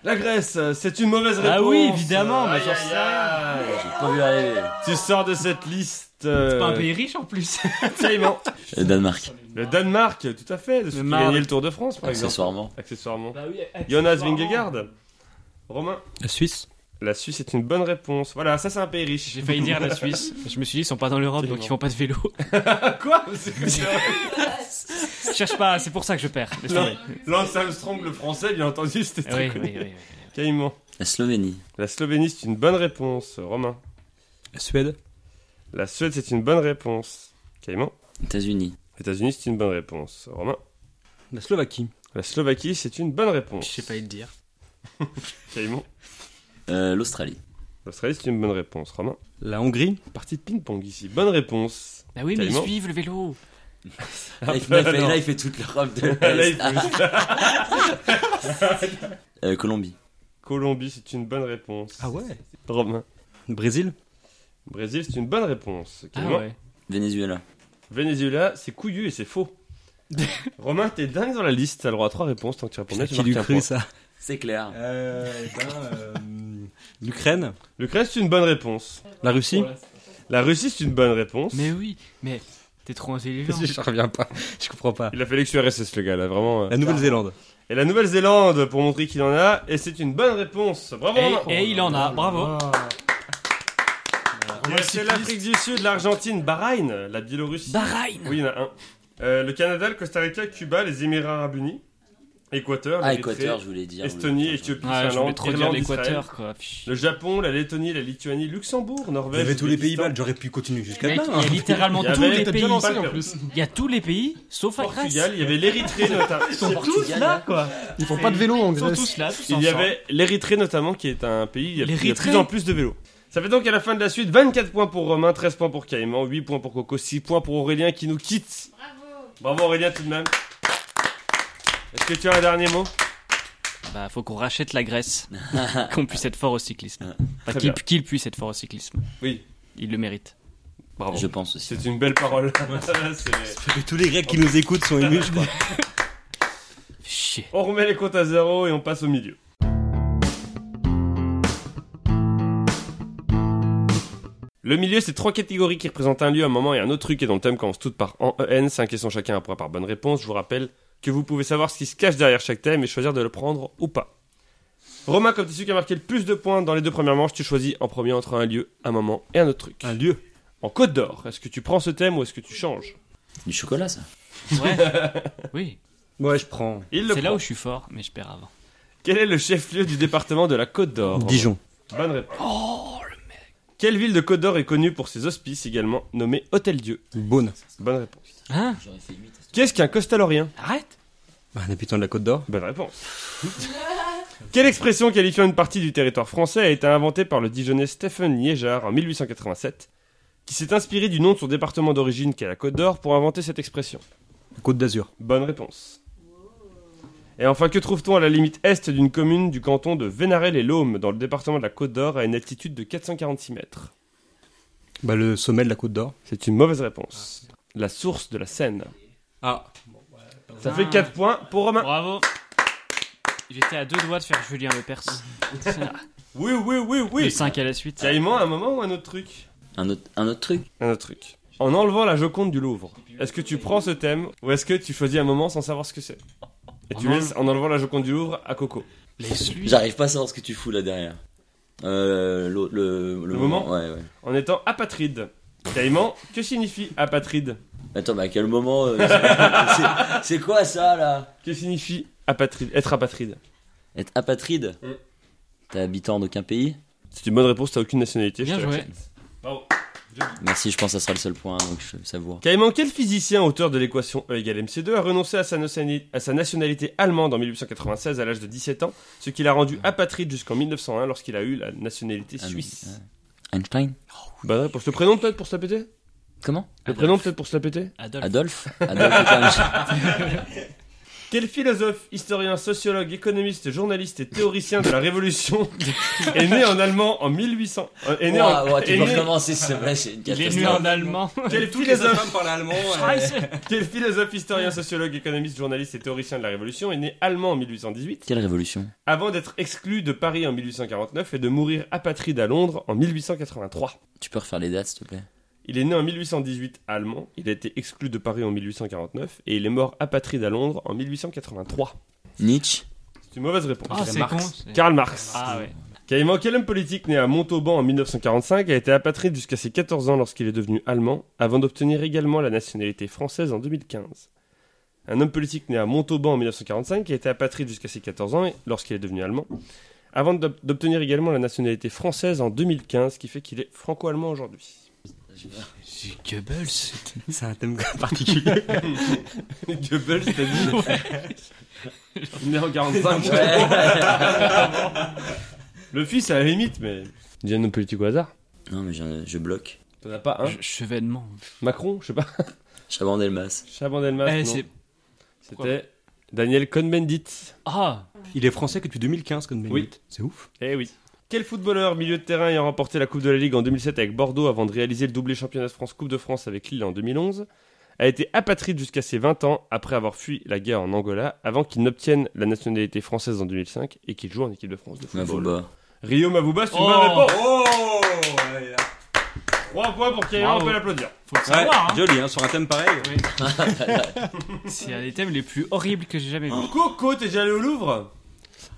A: La Grèce, euh, c'est une mauvaise réponse.
C: Ah oui, évidemment, mais
A: Aïe,
C: j'en
A: aïe,
C: sais
A: aïe.
D: J'ai pas vu arriver.
A: Tu sors de cette liste. euh,
C: Pas un pays riche en plus.
A: Caïman.
D: Euh, Danemark.
A: Le Danemark, tout à fait. De ceux
C: Le
A: qui
C: Maroc.
A: gagnaient le Tour de France, par exemple.
D: Accessoirement.
A: Accessoirement. Jonas Vingegaard. Romain.
B: La Suisse.
A: La Suisse est une bonne réponse. Voilà, ça c'est un pays riche.
C: J'ai failli dire la Suisse. Je me suis dit ils sont pas dans l'Europe donc ils font pas de vélo.
A: Quoi
C: Je cherche pas, c'est pour ça que je perds. Laisse
A: Non.
C: tomber.
A: Lance Armstrong, le français, bien entendu, c'était
C: Eh
A: très
C: Oui, oui,
A: connu.
C: oui, oui.
A: Caïman.
D: La Slovénie.
A: La Slovénie, c'est une bonne réponse, Romain.
B: La Suède.
A: La Suède, c'est une bonne réponse. Caïman.
D: États-Unis.
A: États-Unis, c'est une bonne réponse, Romain.
B: La Slovaquie.
A: La Slovaquie, c'est une bonne
C: Je
A: réponse.
C: sais pas le dire.
A: Caïman.
D: Euh, L'Australie.
A: L'Australie, c'est une bonne réponse, Romain.
B: La Hongrie.
A: Partie de ping-pong ici. Bonne réponse.
C: Bah oui, mais ils
A: Tellement.
C: suivent le vélo. Ah
D: Là, il fait, là,
A: non.
D: il fait- Ah bah là, il fait toute l'Europe de
A: Là, il
D: l'Est.
A: faut-
D: Euh, Colombie.
C: Ah
A: Colombie, c'est une bonne réponse.
B: ouais.
A: Romain.
B: Brésil.
A: Brésil, c'est une bonne réponse.
C: Ah
A: Clément.
C: ouais.
D: Venezuela.
A: Venezuela, c'est couillu et c'est faux. Romain, t'es dingue dans la liste, t'as le droit à trois réponses tant que tu réponds bien. tu
B: Qui lui
A: marques un
B: crée
A: point.
B: ça
D: C'est clair.
B: Euh, eh ben, L'Ukraine
A: L'Ukraine, c'est une bonne réponse.
B: La Russie
A: La Russie, c'est une bonne réponse.
C: Mais oui, mais t'es trop intelligent.
B: Je reviens pas. Je comprends pas.
A: Il a fait l'ex-URSS, le gars, là, vraiment. euh.
B: La Nouvelle-Zélande.
A: Et la Nouvelle-Zélande, pour montrer qu'il en a, et c'est une bonne réponse. Bravo
C: Et,
A: Romain.
C: et Eh, il en a, bravo.
A: Il y a c'est l'Afrique du Sud, l'Argentine, Bahreïn, la Biélorussie.
C: Bahreïn
A: Oui, il y en a un. Euh, le Canada, le Costa Rica, Cuba, les Émirats Arabes Unis, Équateur,
D: Ah,
A: l'Érythrée,
D: Équateur, je voulais dire.
A: Estonie,
D: le-
A: Éthiopie,
C: Ouais, je voulais
A: Finlande,
C: trop dire
A: Irlande, Israël,
C: l'Équateur, quoi. Pfff.
A: le Japon, la Lettonie, la Lituanie, Luxembourg,
B: Vous
A: Norvège.
B: avez tous les pays
A: Ouzbékistan.
B: baltes, j'aurais pu continuer jusqu'à hein. là.
C: Mec, il y a littéralement
A: Il y
C: tous
A: avait-
C: les
A: t'as
C: pays.
A: bien lancé, en
F: en plus.
C: Il y a tous les pays, sauf la Grèce.
A: Portugal, il y avait l'Érythrée notamment.
C: Ils sont tous là, quoi.
F: Ils font pas de vélo en
C: Ils sont
F: Grèce.
C: tous là, tous
A: Il y
C: ensemble.
A: avait l'Érythrée notamment qui est un pays il y a- il y a de
C: L'Érythrée.
A: plus en plus de vélos. Ça fait donc à la fin de la suite 24 points pour Romain, 13 points pour Caïman, 8 points pour Coco, 6 points pour Aurélien qui nous quitte. Bravo Aurélien tout de même. Est-ce que tu as un dernier mot
C: Bah, faut qu'on rachète la Grèce. qu'on puisse être fort au cyclisme. Enfin,
A: Très
C: qu'il
A: bien.
C: qu'il puisse être fort au cyclisme.
A: Ah. Oui.
C: Il le mérite.
A: Bravo.
D: Je pense aussi.
A: C'est une belle parole. C'est-
B: Tous les Grecs qui nous écoutent sont émus, je crois.
C: Chier.
A: on remet les comptes à zéro et on passe au milieu. Le milieu, c'est trois catégories qui représentent un lieu, un moment et un autre truc, et dont le thème commence toutes par en EN, 5 questions chacun, un point par bonne réponse. Je vous rappelle que vous pouvez savoir ce qui se cache derrière chaque thème et choisir de le prendre ou pas. Romain, comme tu es celui qui a marqué le plus de points dans les deux premières manches, tu choisis en premier entre un lieu, un moment et un autre truc.
B: Un lieu.
A: En Côte d'Or, est-ce que tu prends ce thème ou est-ce que tu changes
D: Du chocolat, ça.
C: Ouais. Oui.
B: Ouais, je prends.
A: Il le
C: C'est là
A: prend.
C: où je suis fort, mais je perds avant.
A: Quel est le chef-lieu du département de la Côte d'Or
B: Dijon.
A: Bonne réponse. Quelle ville de Côte d'Or est connue pour ses hospices également nommés Hôtel Dieu
B: Beaune.
A: Bonne réponse.
C: Hein
D: J'aurais fait 8.
A: Qu'est-ce qu'un costalorien
C: Arrête
B: Bah, Un habitant de la Côte d'Or.
A: Bonne réponse. Quelle expression qualifiant une partie du territoire français a été inventée par le Dijonnais Stephen Liégeard en 1887 qui s'est inspiré du nom de son département d'origine qu'est la Côte d'Or pour inventer cette expression.
B: Côte d'Azur.
A: Bonne réponse. Et enfin, que trouve-t-on à la limite est d'une commune du canton de Vénarel-et-Laume dans le département de la Côte d'Or à une altitude de 446 mètres
B: Bah, le sommet de la Côte d'Or.
A: C'est une mauvaise réponse. La source de la Seine.
G: Ah,
A: Ça fait 4 points pour Romain.
C: Bravo. J'étais à deux doigts de faire Julien Lepers.
A: Oui, oui, oui,
C: Le
A: oui.
C: 5 à la suite.
A: Caïman, un moment ou un autre truc
D: Un autre, un autre truc
A: Un autre truc. En enlevant la Joconde du Louvre, est-ce que tu prends ce thème ou est-ce que tu choisis un moment sans savoir ce que c'est Et tu
C: En
A: laisses en enlevant la Joconde du Louvre à Coco.
C: Laisse-lui.
D: J'arrive pas à savoir ce que tu fous là derrière. Euh, l'au- le, le,
A: Le moment
D: Ouais, ouais.
A: En étant apatride. Caïman, que signifie apatride
D: Attends, mais à quel moment euh, c'est- c'est- C'est quoi ça là
A: Que signifie apatride Être apatride.
D: Être apatride
A: Mm.
D: T'es habitant d'aucun pays
A: C'est une bonne réponse, t'as aucune nationalité. je
C: Bien
A: te
C: joué.
A: l'accepte. Bravo.
D: Merci, je pense que ça sera le seul point, donc je savoure.
A: Caïman, quel physicien auteur de l'équation E égale mc2 a renoncé à sa, nocéani- à sa nationalité allemande en 1896 à l'âge de 17 ans, ce qui l'a rendu apatride jusqu'en 1901 lorsqu'il a eu la nationalité
D: Ah, mais-
A: suisse.
D: ah. Einstein
A: Bah ouais, pour le prénom peut-être pour se la péter
D: Comment
A: Le prénom peut-être pour se la péter
C: Adolphe.
D: Adolphe Adolphe Hitler.
A: Quel philosophe, historien, sociologue, économiste, journaliste et théoricien de la Révolution est né en allemand en 1800 euh, est né en-
D: Ouah, ouah,
A: est
D: Tu peux
A: né-
D: recommencer, c'est vrai, c'est une
C: Il est nu en
D: catastrophe.
C: allemand.
A: Quel
G: les
A: philosophe
G: femmes parlent allemand.
A: Quel philosophe, historien, sociologue, économiste, journaliste et théoricien de la Révolution est né allemand en 1818
D: Quelle révolution
A: avant d'être exclu de Paris en 1849 et de mourir apatride à Londres en 1883.
D: Tu peux refaire les dates, s'il te plaît
A: Il est né en 1818 allemand, il a été exclu de Paris en 1849 et il est mort apatride à Londres en 1883.
D: Nietzsche
A: C'est une mauvaise réponse.
C: Ah, c'est con. c'est-
A: Karl Marx.
C: Ah ouais.
A: Caïman, quel homme politique né à Montauban en 1945 a été apatride jusqu'à ses 14 ans lorsqu'il est devenu allemand, avant d'obtenir également la nationalité française en 2015 Un homme politique né à Montauban en 1945 qui a été apatride jusqu'à ses 14 ans et- lorsqu'il est devenu allemand, avant d'ob- d'obtenir également la nationalité française en 2015, ce qui fait qu'il est franco-allemand aujourd'hui.
C: C'est Goebbels.
B: C'est un thème particulier.
A: Goebbels, t'as dit Né en 45. Le fils, à la limite, mais... Dis un homme politique au hasard.
D: Non, mais je, je bloque.
A: T'en as pas un
C: Je- Chevènement.
A: Macron, je sais pas.
D: Chaban Delmas.
A: Chaban Delmas,
C: Eh,
A: non.
C: c'est-
A: C'était Daniel Cohn-Bendit.
C: Ah
B: Il est français que depuis 2015, comme
A: Oui.
B: C'est ouf.
A: Eh oui. Quel footballeur milieu de terrain ayant remporté la Coupe de la Ligue en 2007 avec Bordeaux avant de réaliser le doublé championnat de France Coupe de France avec Lille en 2011 a été apatride jusqu'à ses 20 ans après avoir fui la guerre en Angola avant qu'il n'obtienne la nationalité française en 2005 et qu'il joue en équipe de France de football
D: Mavouba.
A: Rio Mavuba, c'est une
C: Oh.
A: bonne réponse.
G: Oh
A: 3 points pour Kylian,
C: Bravo.
A: on peut l'applaudir.
C: Faut le savoir, hein.
G: Joli, hein, sur un thème pareil.
C: C'est un des thèmes les plus horribles que j'ai jamais vu.
A: Coco, t'es déjà allé au Louvre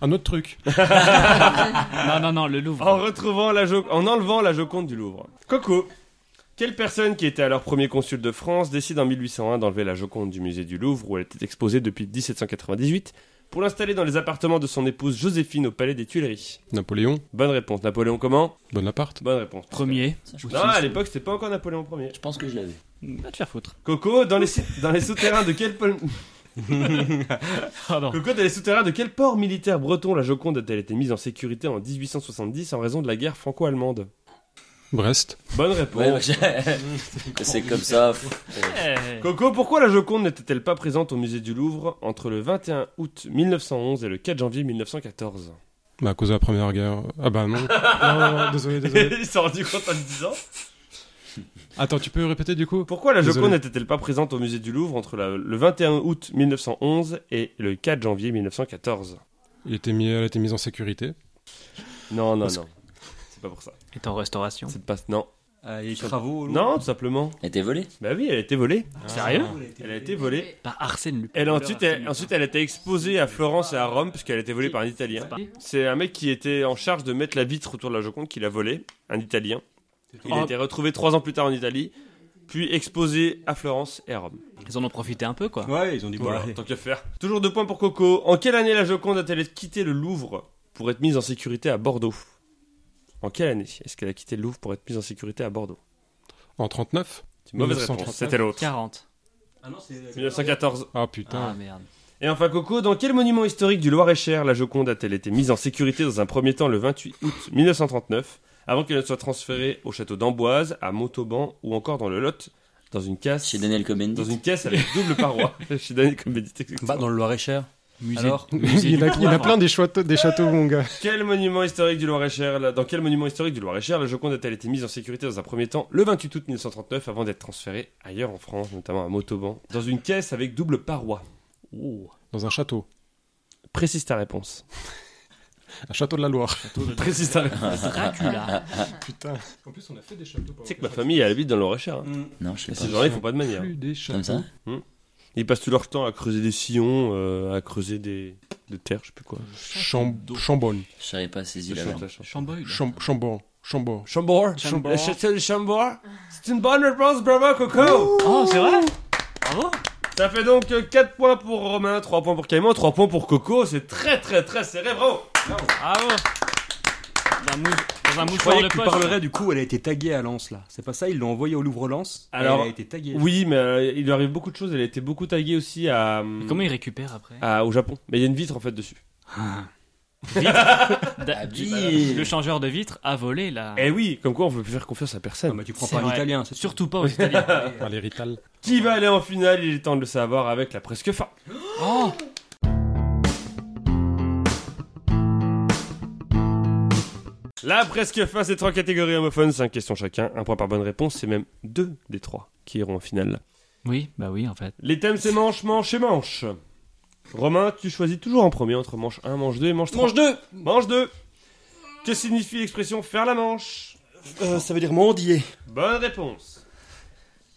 F: Un autre truc.
C: Non, non, non, le Louvre.
A: En retrouvant la Jo- en enlevant la Joconde du Louvre. Coco, quelle personne qui était alors premier consul de France décide en 1801 d'enlever la Joconde du musée du Louvre où elle était exposée depuis 1798 pour l'installer dans les appartements de son épouse Joséphine au palais des Tuileries
F: Napoléon,
A: Bonne réponse. Napoléon comment
F: Bonaparte.
A: Bonne réponse.
C: Premier.
A: Non, à l'époque, c'était pas encore Napoléon Ier.
D: Je pense que je l'avais.
C: Va te faire foutre.
A: Coco, dans les, dans les souterrains de quel pol-
C: Pardon.
A: Coco, dans les souterrains de quel port militaire breton la Joconde a-t-elle été mise en sécurité en 1870 en raison de la guerre franco-allemande
F: Brest.
A: Bonne réponse.
D: Ouais, bah, c'est comme ça.
A: Coco, pourquoi la Joconde n'était-elle pas présente au musée du Louvre entre le 21 août 1911 et le 4 janvier 1914
F: Bah, à cause de la première guerre. Ah bah non. non, non, non, désolé, désolé.
A: Ils sont rendus compte en le disant.
F: Attends, tu peux répéter du coup
A: Pourquoi la
F: Désolé.
A: Joconde n'était-elle pas présente au musée du Louvre entre la- le 21 août 1911 et le 4 janvier 1914
F: Il était mis, Elle a été mise en sécurité.
A: Non, non,
F: Parce
A: non. C'est pas pour ça.
C: Est en restauration.
A: C'est pas... Non.
G: Ah, il y a eu travaux. au
A: Non, tout simplement.
D: Elle était volée
A: Bah oui, elle a été volée.
C: Sérieux
A: Elle a été volée.
C: Par Bah, Arsène Lupin.
A: Elle, ensuite, elle, ensuite, elle a été exposée à Florence et à Rome, puisqu'elle a été volée par un Italien. C'est un mec qui était en charge de mettre la vitre autour de la Joconde qui l'a volée, un Italien. Il a
C: Oh.
A: été retrouvé trois ans plus tard en Italie, puis exposé à Florence et à Rome.
C: Ils en ont profité un peu, quoi.
G: Louvre. Ouais, ils ont dit bon.
A: Voilà,
G: allez.
A: tant qu'à faire. Toujours deux points pour Coco. En quelle année la Joconde a-t-elle quitté le Louvre pour être mise en sécurité à Bordeaux En quelle année est-ce qu'elle a quitté le Louvre pour être mise en sécurité à Bordeaux
F: En 39
A: C'est une mauvaise
F: 1939.
A: réponse, c'était l'autre.
C: 40.
G: Ah non, c'est.
A: 1914.
F: Ah
C: Ah
F: putain.
C: merde.
A: Et enfin, Coco, dans quel monument historique du Loir-et-Cher la Joconde a-t-elle été mise en sécurité dans un premier temps le 28 août 1939, avant qu'elle ne soit transférée au château d'Amboise, à Montauban ou encore dans le Lot, dans une caisse,
D: Chez Daniel Comendi.
A: dans une caisse avec double paroi Chez Daniel Comédie, exactement.
G: dans le Loir-et-Cher.
C: Musée.
G: Alors
C: musée
F: il,
C: du
F: a, il a
C: Louvre.
F: plein des châteaux, des châteaux, mon gars.
A: Quel monument historique du Loir-et-Cher la- Dans quel monument historique du Loir-et-Cher la Joconde a-t-elle été mise en sécurité dans un premier temps le 28 août 1939, avant d'être transférée ailleurs en France, notamment à Montauban, dans une caisse avec double paroi
F: Dans un château.
A: Précise ta réponse.
F: Un château de la Loire.
A: Précise ta réponse.
C: Dracula.
F: Putain. En plus, on a fait des châteaux.
A: Tu sais que ma famille elle habite dans le Loir-et-Cher. hein.
D: Non, je
A: Et
D: sais
A: ces
D: pas.
A: gens-là, ils font pas de manière.
F: Plus des châteaux.
D: Comme ça
A: Ils passent tout leur temps à creuser des sillons, euh, à creuser des, des terres, je sais plus quoi.
F: Cham- Chambonne.
D: Je savais pas ces îles avant.
C: Chamboy.
F: Cham- Chambon. Chambon.
A: Chambord, Euh,
C: Chambord.
A: le château de Chambord. C'est une bonne réponse, bravo Coco
C: Oh, c'est vrai Bravo
A: Ça fait donc 4 points pour Romain, 3 points pour Caïman, 3 points pour Coco, c'est très très très serré, bravo
C: Bravo Dans un mou- dans un
G: Je
C: mouchoir
G: croyais
C: de
G: que tu
C: poche.
G: parlerais du coup, elle a été taguée à Lens là. C'est pas ça, ils l'ont envoyée au Louvre-Lens. et
A: Alors,
G: elle a été taguée.
A: Oui, mais euh, il lui arrive beaucoup de choses, elle a été beaucoup taguée aussi à,
C: Mais Comment il récupère après
A: à- au Japon. Mais il y a une vitre en fait dessus.
C: Da-
D: Ah,
C: du-
D: oui.
C: Le changeur de vitre a volé la.
A: Eh oui, comme quoi on peut plus faire confiance à
G: Non,
A: personne.
G: Ah, mais tu prends
C: C'est
G: pas un
C: vrai.
G: italien, c'est sûr.
C: Surtout pas aux Italiens.
F: Allez, Rital.
A: Qui va aller en finale, il est temps de le savoir avec la presque fin.
C: Oh
A: Là, presque fin, ces trois catégories homophones, cinq questions chacun, un point par bonne réponse, c'est même deux des trois qui iront en finale.
C: Oui, bah oui, en fait.
A: Les thèmes, c'est manche, manche et manche. Romain, tu choisis toujours en premier entre manche 1, manche 2 et manche 3.
G: Mange deux
A: Manche 2 Que signifie l'expression faire la manche
G: euh, Ça veut dire mendier.
A: Bonne réponse.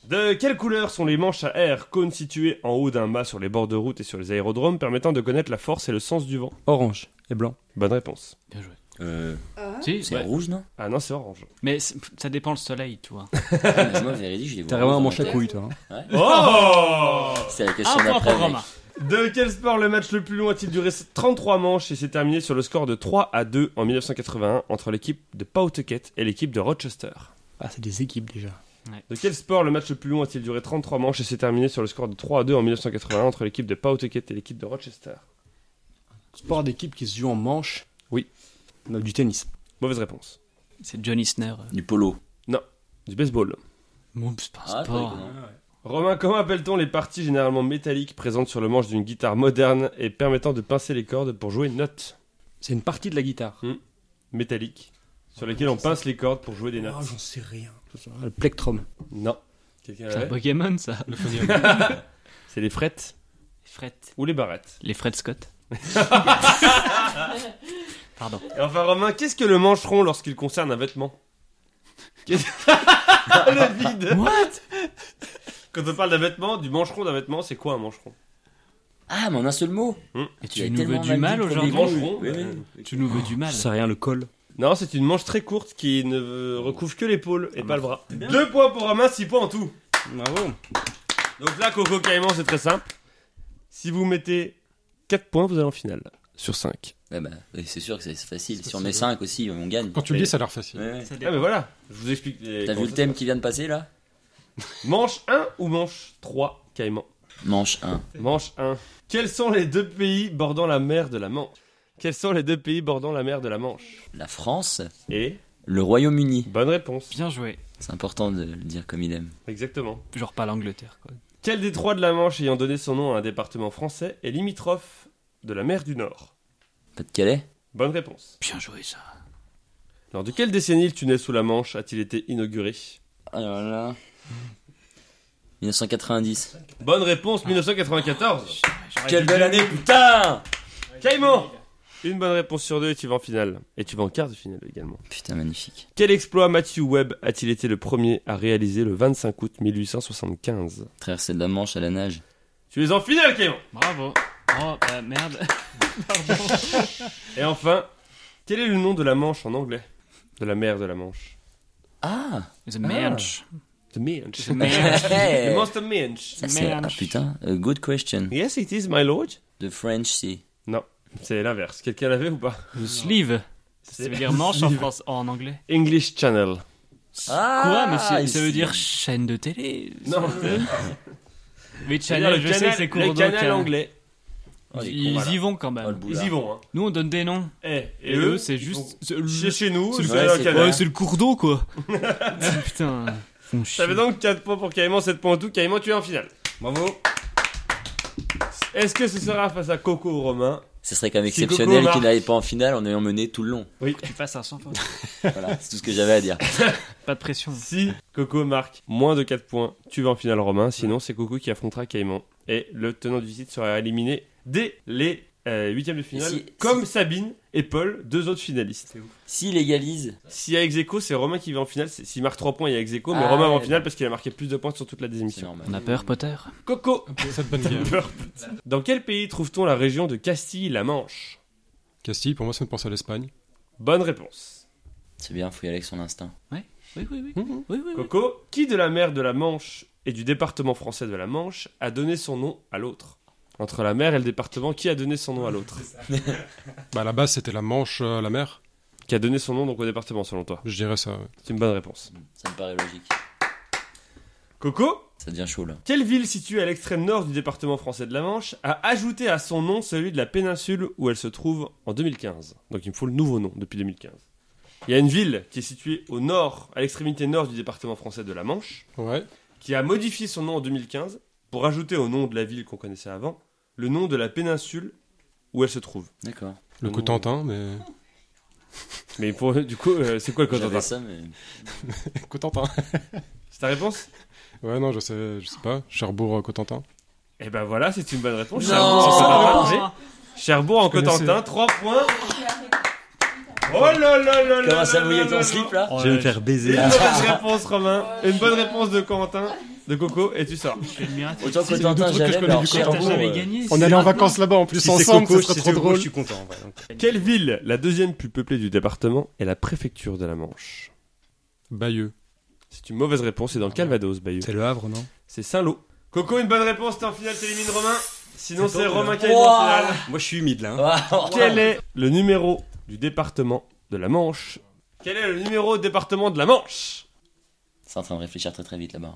A: De quelle couleur sont les manches à air, cônes situés en haut d'un mât sur les bords de route et sur les aérodromes, permettant de connaître la force et le sens du vent
G: Orange et blanc.
A: Bonne réponse.
C: Bien joué.
D: Euh,
C: Si,
D: c'est
C: ouais.
D: rouge, non
A: Ah non, c'est orange.
C: Mais c'est- ça dépend le soleil, tu vois.
D: Ah, Mais Moi, véridique, je l'ai
G: T'as vraiment un
D: vraiment dans
G: manche à
D: ma tête.
G: couilles toi. hein.
A: Oh
D: C'est la
C: Un
D: question
C: point
D: d'après.
C: pour
D: mec.
C: Romain.
A: De quel sport le match le plus long a-t-il duré 33 manches et s'est terminé sur le score de 3 à 2 en 1981 entre l'équipe de Pawtucket et l'équipe de Rochester
G: Ah, c'est des équipes déjà.
A: De quel sport le match le plus long a-t-il duré 33 manches et s'est terminé sur le score de 3 à 2 en 1981 entre l'équipe de Pawtucket et l'équipe de Rochester
G: Sport d'équipe qui se joue en manche.
A: Oui.
G: Non, du tennis.
A: Mauvaise réponse.
C: C'est Johnny euh, Sner.
D: Du polo.
A: Du baseball.
C: Bon, c'est pas
D: Ah,
C: un sport.
D: pas
C: hein.
A: Romain, comment appelle-t-on les parties généralement métalliques présentes sur le manche d'une guitare moderne et permettant de pincer les cordes pour jouer une note
G: C'est une partie de la guitare.
A: Hmm. métallique sur laquelle on pince les cordes pour jouer des
G: Ah,
A: notes.
H: j'en sais rien.
G: Le plectrum.
A: Non. Quelqu'un
C: C'est un
A: l'avait
C: Pokémon, ça.
A: C'est les frettes
C: Fred.
A: ou les barrettes.
C: Les Fred Scott. Pardon.
A: Et enfin, Romain, qu'est-ce que le mancheron lorsqu'il concerne un vêtement Qu'est-ce- Le vide Quand on parle d'un vêtement, du mancheron d'un vêtement, c'est quoi un mancheron
D: Ah, mais en un seul mot
A: Hmm.
D: Mais
C: Tu
D: l'as
C: nous
D: tellement
C: veux du mal
D: dit le premier
C: aujourd'hui
D: coup.
A: Mancheron,
D: Oui, oui.
A: euh,
C: Tu nous veux du mal.
G: Ça rien, le col.
A: Non, c'est une manche très courte qui ne recouvre que l'épaule
D: Ah
A: et
D: bah,
A: pas le bras. Deux points pour Romain, six points en tout.
G: Bravo.
A: Donc là, Coco Caïman, c'est très simple. Si vous mettez 4 points, vous allez en finale. Sur 5.
D: Ah bah, oui, c'est sûr que c'est facile. Si on met 5 aussi, on gagne.
F: Quand tu le
A: Mais-
F: dis, ça a l'air facile.
D: Ouais, ouais.
A: Ah, mais voilà, je vous explique. les-
D: T'as vu le thème qui vient de passer là
A: Manche 1 ou manche 3, Caïman
D: Manche 1.
A: Manche 1. Quels sont les deux pays bordant la mer de la Manche Quels sont les deux pays bordant la mer de la Manche
D: La France,
A: Et
D: le Royaume-Uni.
A: bonne réponse.
C: Bien joué.
D: C'est important de le dire comme il aime.
A: Exactement.
C: Genre pas l'Angleterre, quoi.
A: Quel détroit de la Manche ayant donné son nom à un département français est limitrophe de la mer du Nord
D: Pas de Calais
A: Bonne réponse.
C: Bien joué, ça.
A: Lors de quelle décennie le tunnel sous la Manche a-t-il été inauguré
D: Ah là là. 1990.
A: Bonne réponse, 1994.
D: Quelle belle année, putain
A: Caïman Une bonne réponse sur deux et tu vas en finale. Et tu vas en quart de finale également.
D: Putain, magnifique.
A: Quel exploit Matthew Webb a-t-il été le premier à réaliser le 25 août 1875
D: Traverser de la Manche à la nage.
A: Tu es en finale, Caïman
C: Bravo. Oh, bah, merde.
A: Et enfin, quel est le nom de la Manche en anglais De la mer de la Manche.
D: Ah
C: The Merge.
A: The Manche.
C: The Merge.
A: The
D: Hey
A: Monster Manche.
D: Ça, c'est- Ah
C: Merge.
D: putain, a good question.
A: Yes, it is, my lord.
D: The French Sea.
A: C'est l'inverse. Quelqu'un l'avait ou pas
C: Ah. The Sleeve. Ça veut dire manche en, France, en anglais.
A: English Channel.
C: Quoi Mais
D: il
C: c'est- ça veut
D: s'y-
C: dire chaîne de télé.
A: Non.
C: Mais
A: C'est-à-dire
C: channel,
A: le
C: je sais
A: canal-
C: que c'est
A: le
C: cours d'eau.
A: canal
C: tiens.
A: anglais.
D: Oh, les
C: Ils
D: cons,
C: y
D: voilà.
C: vont quand
D: Oh, le
C: même.
A: Ils y
D: boulard.
A: vont. Hein.
C: Nous, on donne des noms.
A: Eh,
C: Et, eux, c'est juste. c'est le-
A: Chez, chez nous,
C: c'est le-
A: c'est
D: Ouais,
A: le
D: c'est
A: canal.
D: vrai.
C: Ouais, c'est le cours d'eau, quoi. Ah, Putain. ils font
A: Ça fait
C: chier.
A: donc 4 points pour Caïman, 7 points en tout. Caïman, tu es en finale.
G: Bravo.
A: Est-ce que ce sera face à Coco ou Romain
D: Ce serait quand même
A: Si
D: exceptionnel
A: Coco
D: qu'il n'aille pas en finale en ayant mené tout le long.
C: Tu passes à 100 fois.
D: Voilà, c'est tout ce que j'avais à dire.
C: Pas de pression.
A: Si Coco marque moins de 4 points, tu vas en finale Romain. Sinon, c'est Coco qui affrontera Caïman. Et le tenant du titre sera éliminé dès les euh, huitièmes de finale,
D: si-
A: comme Sabine et Paul, deux autres finalistes.
D: S'il égalise,
A: S'il y a ex aequo, c'est Romain qui va en finale. C'est- S'il marque 3 points, il y a ex aequo, mais
D: Ah,
A: Romain va en
D: ouais.
A: finale parce qu'il a marqué plus de points sur toute la
D: c'est
A: démission.
D: normal.
C: On a peur, Potter
A: Coco
F: Cette bonne guerre.
A: Dans quel pays trouve-t-on la région de Castille-La Manche
F: Castille, pour moi, ça me pense à l'Espagne.
A: Bonne réponse.
D: C'est bien, faut y aller avec son instinct.
C: Oui, oui, oui. oui, oui, oui.
A: Coco, qui de la mer de la Manche et du département français de la Manche a donné son nom à l'autre Entre la mer et le département, qui a donné son nom à l'autre
F: Bah, à la base, c'était la Manche, euh, la mer.
A: Qui a donné son nom donc au département selon toi
F: Je dirais ça. ouais.
A: C'est une bonne réponse.
D: Ça me paraît logique.
A: Coco,
D: Ça devient chaud là.
A: quelle ville située à l'extrême nord du département français de la Manche a ajouté à son nom celui de la péninsule où elle se trouve en 2015 Donc il me faut le nouveau nom depuis 2015. Il y a une ville qui est située au nord, à l'extrémité nord du département français de la Manche.
F: Ouais.
A: qui a modifié son nom en 2015 pour ajouter au nom de la ville qu'on connaissait avant le nom de la péninsule où elle se trouve.
D: D'accord.
F: Le
A: Mmh.
F: Cotentin, mais.
A: Mais pour, du coup, euh, c'est quoi le
D: J'avais
A: Cotentin
D: ça, mais.
F: Cotentin.
A: C'est ta réponse
F: Ouais, non, je sais, je sais pas. Cherbourg, euh, Cotentin.
A: Eh ben voilà, c'est une bonne
C: Oh,
A: réponse.
D: Non
A: Cherbourg, c'est pas mal. Cherbourg en
F: Je connaissais.
A: Cotentin, 3 points. Oh là là là là
D: Comment ça
A: là
D: mouillait
A: là
D: ton
A: là
D: slip
A: là.
C: Oh,
D: là
G: Je vais me faire baiser.
A: Une bonne réponse, Romain. Une bonne réponse de Corentin, de Coco, et tu sors.
D: Autant
F: Si, c'est
D: que
F: le
D: Tintin,
F: truc que je
D: j'avais,
F: connais
D: mais alors
F: du Cotentin,
D: Cherbourg,
C: J'avais
D: euh,
C: gagné.
F: On allait en vacances là-bas en plus
G: Si c'est
F: ensemble,
G: Coco, si
F: ce serait
G: c'est
F: trop
G: Coco,
F: drôle.
G: je suis content. ouais.
A: Quelle ville, la deuxième plus peuplée du département, est la préfecture de la Manche
F: Bayeux.
A: C'est une mauvaise réponse, c'est dans le Calvados, Bayeux.
G: C'est le Havre, non
A: C'est Saint-Lô. Coco, une bonne réponse, t'es en finale, t'élimines Romain. Sinon,
G: C'est
A: c'est
G: toi,
A: Romain
G: là.
A: qui est en
D: Ouah.
A: finale.
G: Moi, je suis humide là. hein.
D: waouh.
A: Quel est le numéro du département de la Manche Quel est le numéro du département de la Manche
D: C'est en train de réfléchir très très vite là-bas.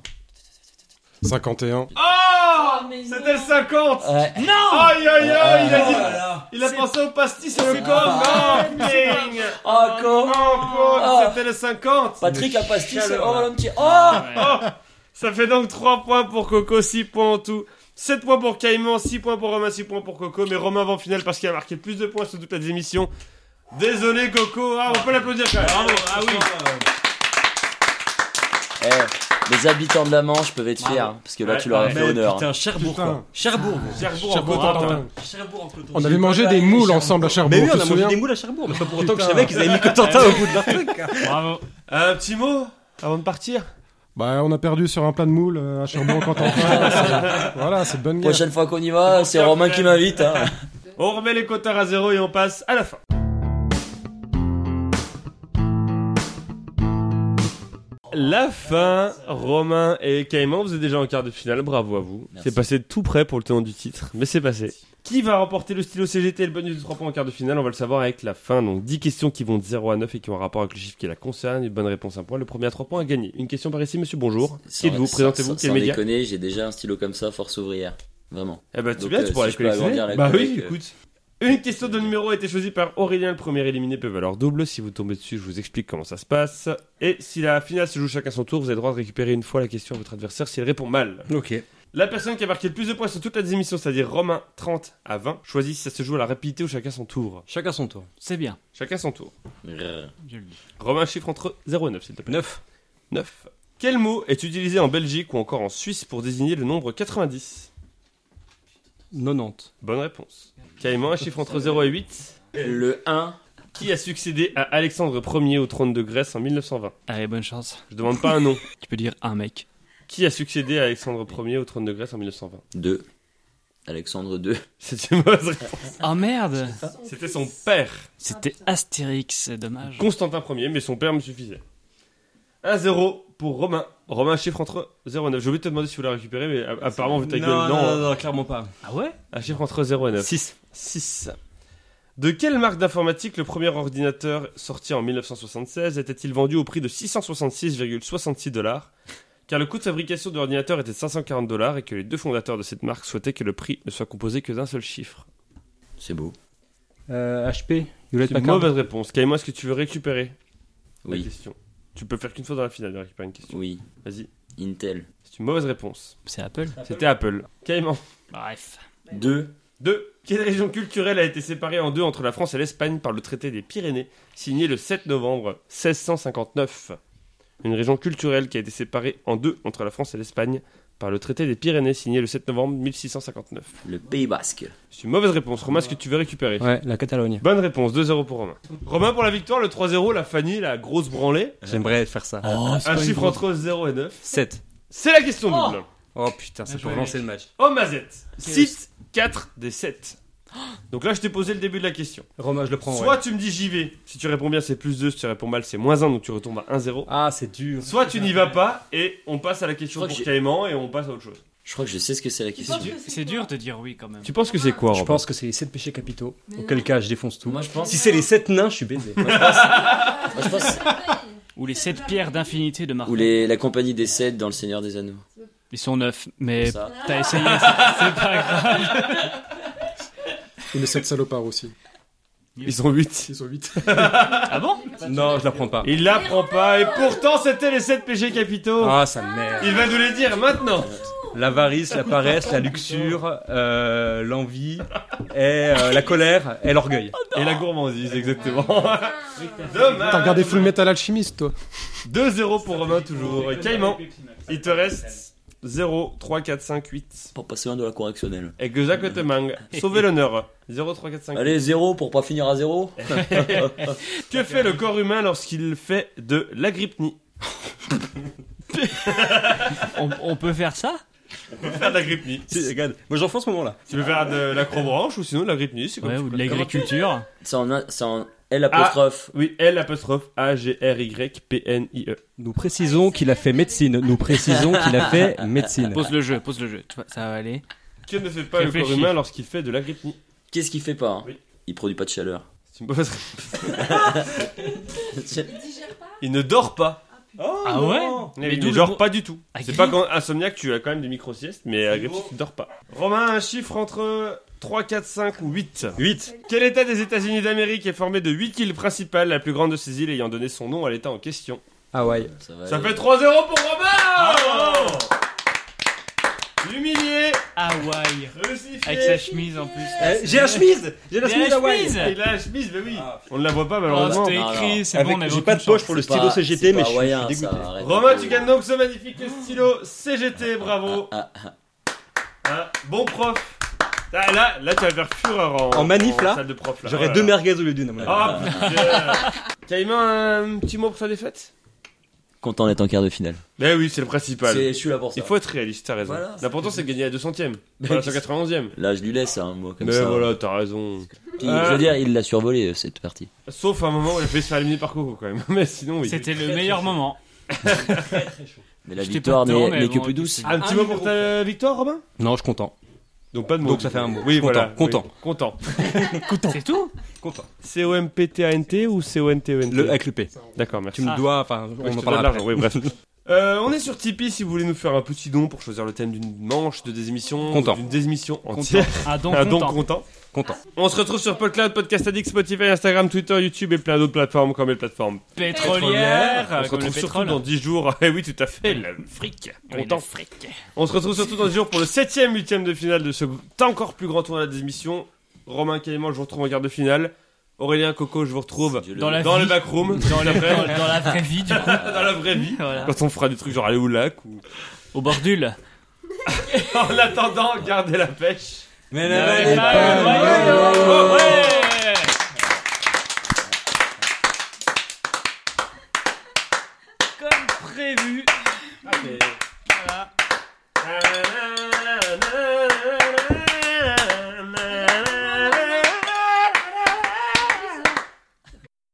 F: 51.
G: Ah,
A: Oh
D: Ah,
A: C'était le 50
D: Ouais.
A: Aïe aïe aïe Il a, dit-
D: Ah, oh là Ah.
A: il a pensé au pastis sur le corps Non ding.
F: Oh,
D: Encore
A: Encore
D: Ah.
A: C'était le 50
D: Oh, Patrick a pastis.
A: Chaleur,
D: Oh,
A: là.
D: le petit. Oh
A: Ça fait donc 3 points pour Coco, 6 points en tout. 7 points pour Caïman, 6 points pour Romain, 6 poins pour Coco. Mais Romain va en finale parce qu'il a marqué plus de points sur toute la émission. Désolé Coco, ah, on peut l'applaudir quand même. Bravo, ah oui.
D: Eh, les habitants de la Manche peuvent être fiers,
H: Bravo.
D: parce que là,
A: Ouais,
D: tu leur as
A: ouais.
D: fait honneur.
H: Putain, Cherbourg,
F: Putain.
H: quoi. Cherbourg.
A: Cherbourg, hein.
F: Cherbourg,
A: en Cotentin.
F: Cotentin.
H: Cherbourg en coton.
F: On avait mangé des moules ensemble à Cherbourg.
G: Mais oui,
F: tu
G: on
F: te
G: a mangé
F: souviens
G: des moules à Cherbourg, mais pas pour autant que je
F: Putain.
G: savais qu'ils avaient mis Cotentin au bout de leur truc.
C: Bravo.
A: Un petit mot avant de partir
F: Bah, on a perdu sur un plat de moules euh, à Cherbourg quand on Voilà, c'est de bonne guerre.
D: Prochaine fois qu'on y va, c'est Romain qui m'invite. hein.
A: On remet les quotas à zéro et on passe à la fin. La fin, Romain et Caïman, vous êtes déjà en quart de finale, bravo à vous.
D: Merci.
A: C'est passé tout près pour le tenant du titre, mais c'est passé. Qui va remporter le stylo CGT et le bonus de 3 points en quart de finale On va le savoir avec la fin. Donc 10 questions qui vont de 0 à 9 et qui ont un rapport avec le chiffre qui la concerne. Une bonne réponse, un point. Le premier à 3 points à gagner. Une question par ici, monsieur, bonjour. Qui
D: Sans-
A: êtes-vous
D: sans-
A: Présentez-vous,
D: sans-
A: quel
D: sans
A: média
D: déconner, j'ai déjà un stylo comme ça, force ouvrière. Vraiment.
A: Eh ben, tu
D: Donc,
A: bien,
D: euh,
A: tu pourras
D: si
A: les
D: je peux agrandir
A: collectionner.
D: la
A: Bah
D: collecte,
A: oui,
D: euh,
A: écoute. Une question de numéro a été choisie par Aurélien, le premier éliminé peut valoir E. double. Si vous tombez dessus, je vous explique comment ça se passe. Et si la finale se joue chacun son tour, vous avez le droit de récupérer une fois la question à votre adversaire si elle répond mal.
G: Ok.
A: La personne qui a marqué le plus de points sur toute la démission, c'est-à-dire Romain 30 à 20, choisit si ça se joue à la rapidité ou chacun son tour.
G: Chacun son tour.
C: C'est bien.
A: Chacun son tour.
D: Grrr.
C: Je le dis.
A: Romain, chiffre entre 0 et 9, s'il te plaît.
G: 9.
A: 9. Quel mot est utilisé en Belgique ou encore en Suisse pour désigner le nombre 90
G: 90.
A: Bonne réponse. Caïman, un chiffre entre 0 et 8.
D: Le 1.
A: Qui a succédé à Alexandre Ier au trône de Grèce en 1920
C: Allez, bonne chance.
A: Je demande pas un nom.
C: Tu peux dire un mec.
A: Qui a succédé à Alexandre Ier au trône de Grèce en 1920
D: 2. Alexandre 2.
A: C'est une mauvaise réponse.
C: Ah merde
A: C'était son père,
C: C'était Astérix, c'est
G: Ah,
C: dommage.
A: Constantin Ier, mais son père me suffisait. 1-0 pour Romain. Romain, chiffre entre 0 et 9. J'ai oublié de te demander si vous la récupérez, mais a- apparemment, vous ta gueule.
G: non,
A: non,
G: non,
A: hein.
G: non, clairement pas.
C: Ah ouais
A: Un chiffre entre 0 et 9.
G: 6.
A: 6. De quelle marque d'informatique le premier ordinateur sorti en 1976 était-il vendu au prix de 666,66 dollars Car le coût de fabrication de l'ordinateur était de 540 dollars et que les deux fondateurs de cette marque souhaitaient que le prix ne soit composé que d'un seul chiffre.
D: C'est beau.
G: Euh, HP. Hewlett
A: C'est une
G: Packard.
A: mauvaise réponse. Caïmo, est-ce que tu veux récupérer la
D: Oui.
A: question Tu peux faire qu'une fois dans la finale de récupérer une question.
D: Oui.
A: Vas-y.
D: Intel.
A: C'est une mauvaise réponse.
C: C'est Apple
A: C'était Apple. Caïman.
C: Bref.
D: 2.
A: 2. Quelle région culturelle a été séparée en deux entre la France et l'Espagne par le traité des Pyrénées, signé le 7 novembre 1659 Une région culturelle qui a été séparée en deux entre la France et l'Espagne par le traité des Pyrénées, signé le 7 novembre 1659.
D: Le Pays Basque.
A: C'est une mauvaise réponse. Romain, est-ce que tu veux récupérer
G: Ouais, la Catalogne.
A: Bonne réponse, 2-0 pour Romain. Romain pour la victoire, le 3-0, la Fanny, la grosse branlée.
G: J'aimerais faire ça.
A: Un chiffre entre 0 et 9.
G: 7.
A: C'est la question double.
G: Oh putain,
F: Ah, bah,
G: c'est pour lancer le match.
A: Oh Mazette, 6, 4 des 7. Donc là, je t'ai posé le début de la question.
G: Romain, je le prends.
A: Soit tu me dis j'y vais, si tu réponds bien c'est plus 2, si tu réponds mal c'est moins 1, donc tu retombes à 1-0.
G: Ah, c'est dur.
A: Soit tu n'y vas pas et on passe à la question
D: Je crois
A: pour
D: que j'ai-
A: Caïman et on passe à autre chose.
D: Je crois que je sais ce que c'est la question.
C: C'est dur de dire oui quand même.
A: Tu penses que c'est quoi
G: Je
A: Robin
G: pense que c'est les 7 péchés capitaux. Auquel cas, je défonce tout.
D: Moi, je pense.
G: Si c'est les 7 nains, je suis baisé.
D: Moi, je pense-
H: Euh,
C: Ou les 7 pierres d'infinité de Marc.
D: Ou les... la compagnie des 7 dans Le Seigneur des Anneaux.
C: Ils sont neufs, mais
D: Ça.
C: t'as essayé, c'est c'est pas grave.
F: Et les 7 salopards aussi.
A: Ils sont 8.
F: Ils sont 8.
C: Ah bon
G: non, je la prends pas.
A: Il la prend pas et pourtant c'était les 7 péchés capitaux.
G: Ah, ça merde.
A: Il va nous les dire maintenant.
G: L'avarice, la paresse, la luxure, euh, l'envie, et euh, la colère, et l'orgueil.
A: Et la gourmandise exactement. Dommage.
F: T'as regardé Full Metal Alchemist, toi
A: 2-0 pour Romain toujours. Et Caïman, il te reste 0, 3, 4, 5, 8.
D: Pour passer loin de la correctionnelle.
A: Exactement. Sauvez l'honneur. 0, 3, 4, 5,
D: Allez, 0 pour pas finir à 0.
A: Que fait le corps humain lorsqu'il fait de l'agrypnie
C: on, on peut faire ça
A: Faire de l'agrypnie.
G: Si, regarde, moi j'en fais en ce moment-là.
A: Tu peux faire de l'acrobranche ou sinon de l'agrypnie, c'est comme
C: Ouais,
A: tu
C: ou de
A: préfères.
C: l'agriculture.
D: C'est en, un- c'est en L apostrophe.
A: Oui, L apostrophe A G R Y P N I E.
G: Nous précisons qu'il a fait médecine. Nous précisons qu'il a fait médecine.
C: Pose le jeu, pose le jeu. Tu vois, ça va aller.
A: Que ne fait pas le
C: Réfléchis.
A: corps humain lorsqu'il fait de l'agrypnie
G: Ah.
D: Qu'est-ce qu'il fait pas hein
A: Oui.
D: Il produit pas de chaleur.
A: C'est une mauvaise réponse. Il ne dort pas.
C: ah ouais
A: Mais
C: d'où
A: il ne
C: le
A: dort
C: mot-
A: pas du tout. C'est
C: Agri-
A: pas quand insomniaque, tu as quand même des micro-siestes, mais agrypnie, tu ne dors pas. Romain, un chiffre entre 3, 4, 5 ou 8
G: 8.
A: Quel état des États-Unis d'Amérique est formé de 8 îles principales, la plus grande de ces îles ayant donné son nom à l'état en question
G: Hawaï.
C: Bah, euh,
D: Ça va
A: Ça
D: aller.
A: fait 3-0 pour Romain Humilié
C: Hawaï. Avec sa chemise en plus.
G: Eh, J'ai la chemise J'ai la
C: J'ai
G: chemise
C: la
G: Hawaii
C: chemise
A: Il a la chemise, mais oui. Ah, On ne la voit pas
C: Oh,
A: malheureusement.
C: c'était
D: Non,
C: écrit,
D: non.
C: c'est
G: Avec-
C: bon, on avait
G: J'ai pas de
C: aucune
G: poche pour le
D: C'est
G: stylo
D: pas-
G: CGT, mais
D: c'est pas
G: je suis- je
D: hawaïen,
G: suis
D: ça,
G: dégoûté.
D: arrête.
A: Ah, Romain, tu gagnes donc ce magnifique stylo CGT, bravo. Hein, bon prof. Ah, là, là, tu vas faire fureur en,
G: En manif, là,
A: salle de prof, là.
C: Euh,
G: J'aurais
A: Oh là
G: deux
A: là.
G: merguez au lieu d'une. à mon avis.
A: Ah, putain. Caïman, un petit mot pour sa défaite
D: Content d'être en quart de finale.
A: Ben oui, c'est le principal.
D: C'est- Je suis là pour ça.
A: Il faut être réaliste, t'as raison.
D: Voilà, c'est-
A: L'important c'est de gagner à 200 centièmes, pas à 191 e
D: Là, je lui laisse un mot comme
A: Mais
D: ça.
A: voilà, t'as raison.
D: Puis,
C: Ah.
A: Euh.
D: Je veux dire, il l'a survolé euh, cette partie.
A: Sauf à un moment où il a failli se faire éliminer par Coco quand même. Mais sinon, oui.
C: C'était le meilleur moment.
D: Mais la
C: J'étais pas
D: victoire
C: dedans,
D: n'est
C: mais
D: n'est que
C: bon,
D: plus douce.
A: Un petit mot pour ta victoire, Robin
B: Non, je suis content.
A: Donc pas de mot.
B: Donc, ça fait un mot.
A: Oui,
B: Content,
A: voilà.
B: content.
A: oui. Content.
C: C'est tout
A: C-O-M-P-T-A-N-T ou C-O-N-T-E-N-T
B: Le, avec le P.
A: D'accord, merci.
B: Tu me dois, enfin,
A: Ouais, je
B: on en
A: te donne
B: parlera après.
A: l'argent, oui, bref. Euh, on est sur Tipeee si vous voulez nous faire un petit don pour choisir le thème d'une manche, de des émissions,
B: Content.
A: d'une désémission entière.
C: Ah, donc,
A: Un don
C: content.
A: content.
B: Content.
A: On se retrouve sur PodCloud, Podcast Addict, Spotify, Instagram, Twitter, YouTube et plein d'autres plateformes comme les plateformes.
C: Pétrolière.
A: on se
C: comme le
A: retrouve surtout
C: pétrole.
A: dans 10 jours. Eh oui, tout à fait, le fric. Content. On se retrouve surtout dans 10 jours pour le 7ème, 8ème de finale de ce encore plus grand tournoi de la démission. Romain Caïman, je vous retrouve en quart de finale. Aurélien Coco, je vous retrouve
D: Dieu
C: Dans la
A: dans le
C: vie.
A: backroom.
C: Dans la,
A: Après,
C: dans, dans la vraie vie, du coup.
A: dans la vraie vie.
C: Voilà.
A: Quand on fera des trucs genre aller au lac ou.
C: Au bordule.
A: En attendant, gardez la pêche.
G: Mais
C: Ouais,
G: la-
C: ouais,
G: la-
C: ouais, ouais, ouais. Comme prévu. Voilà.
A: le.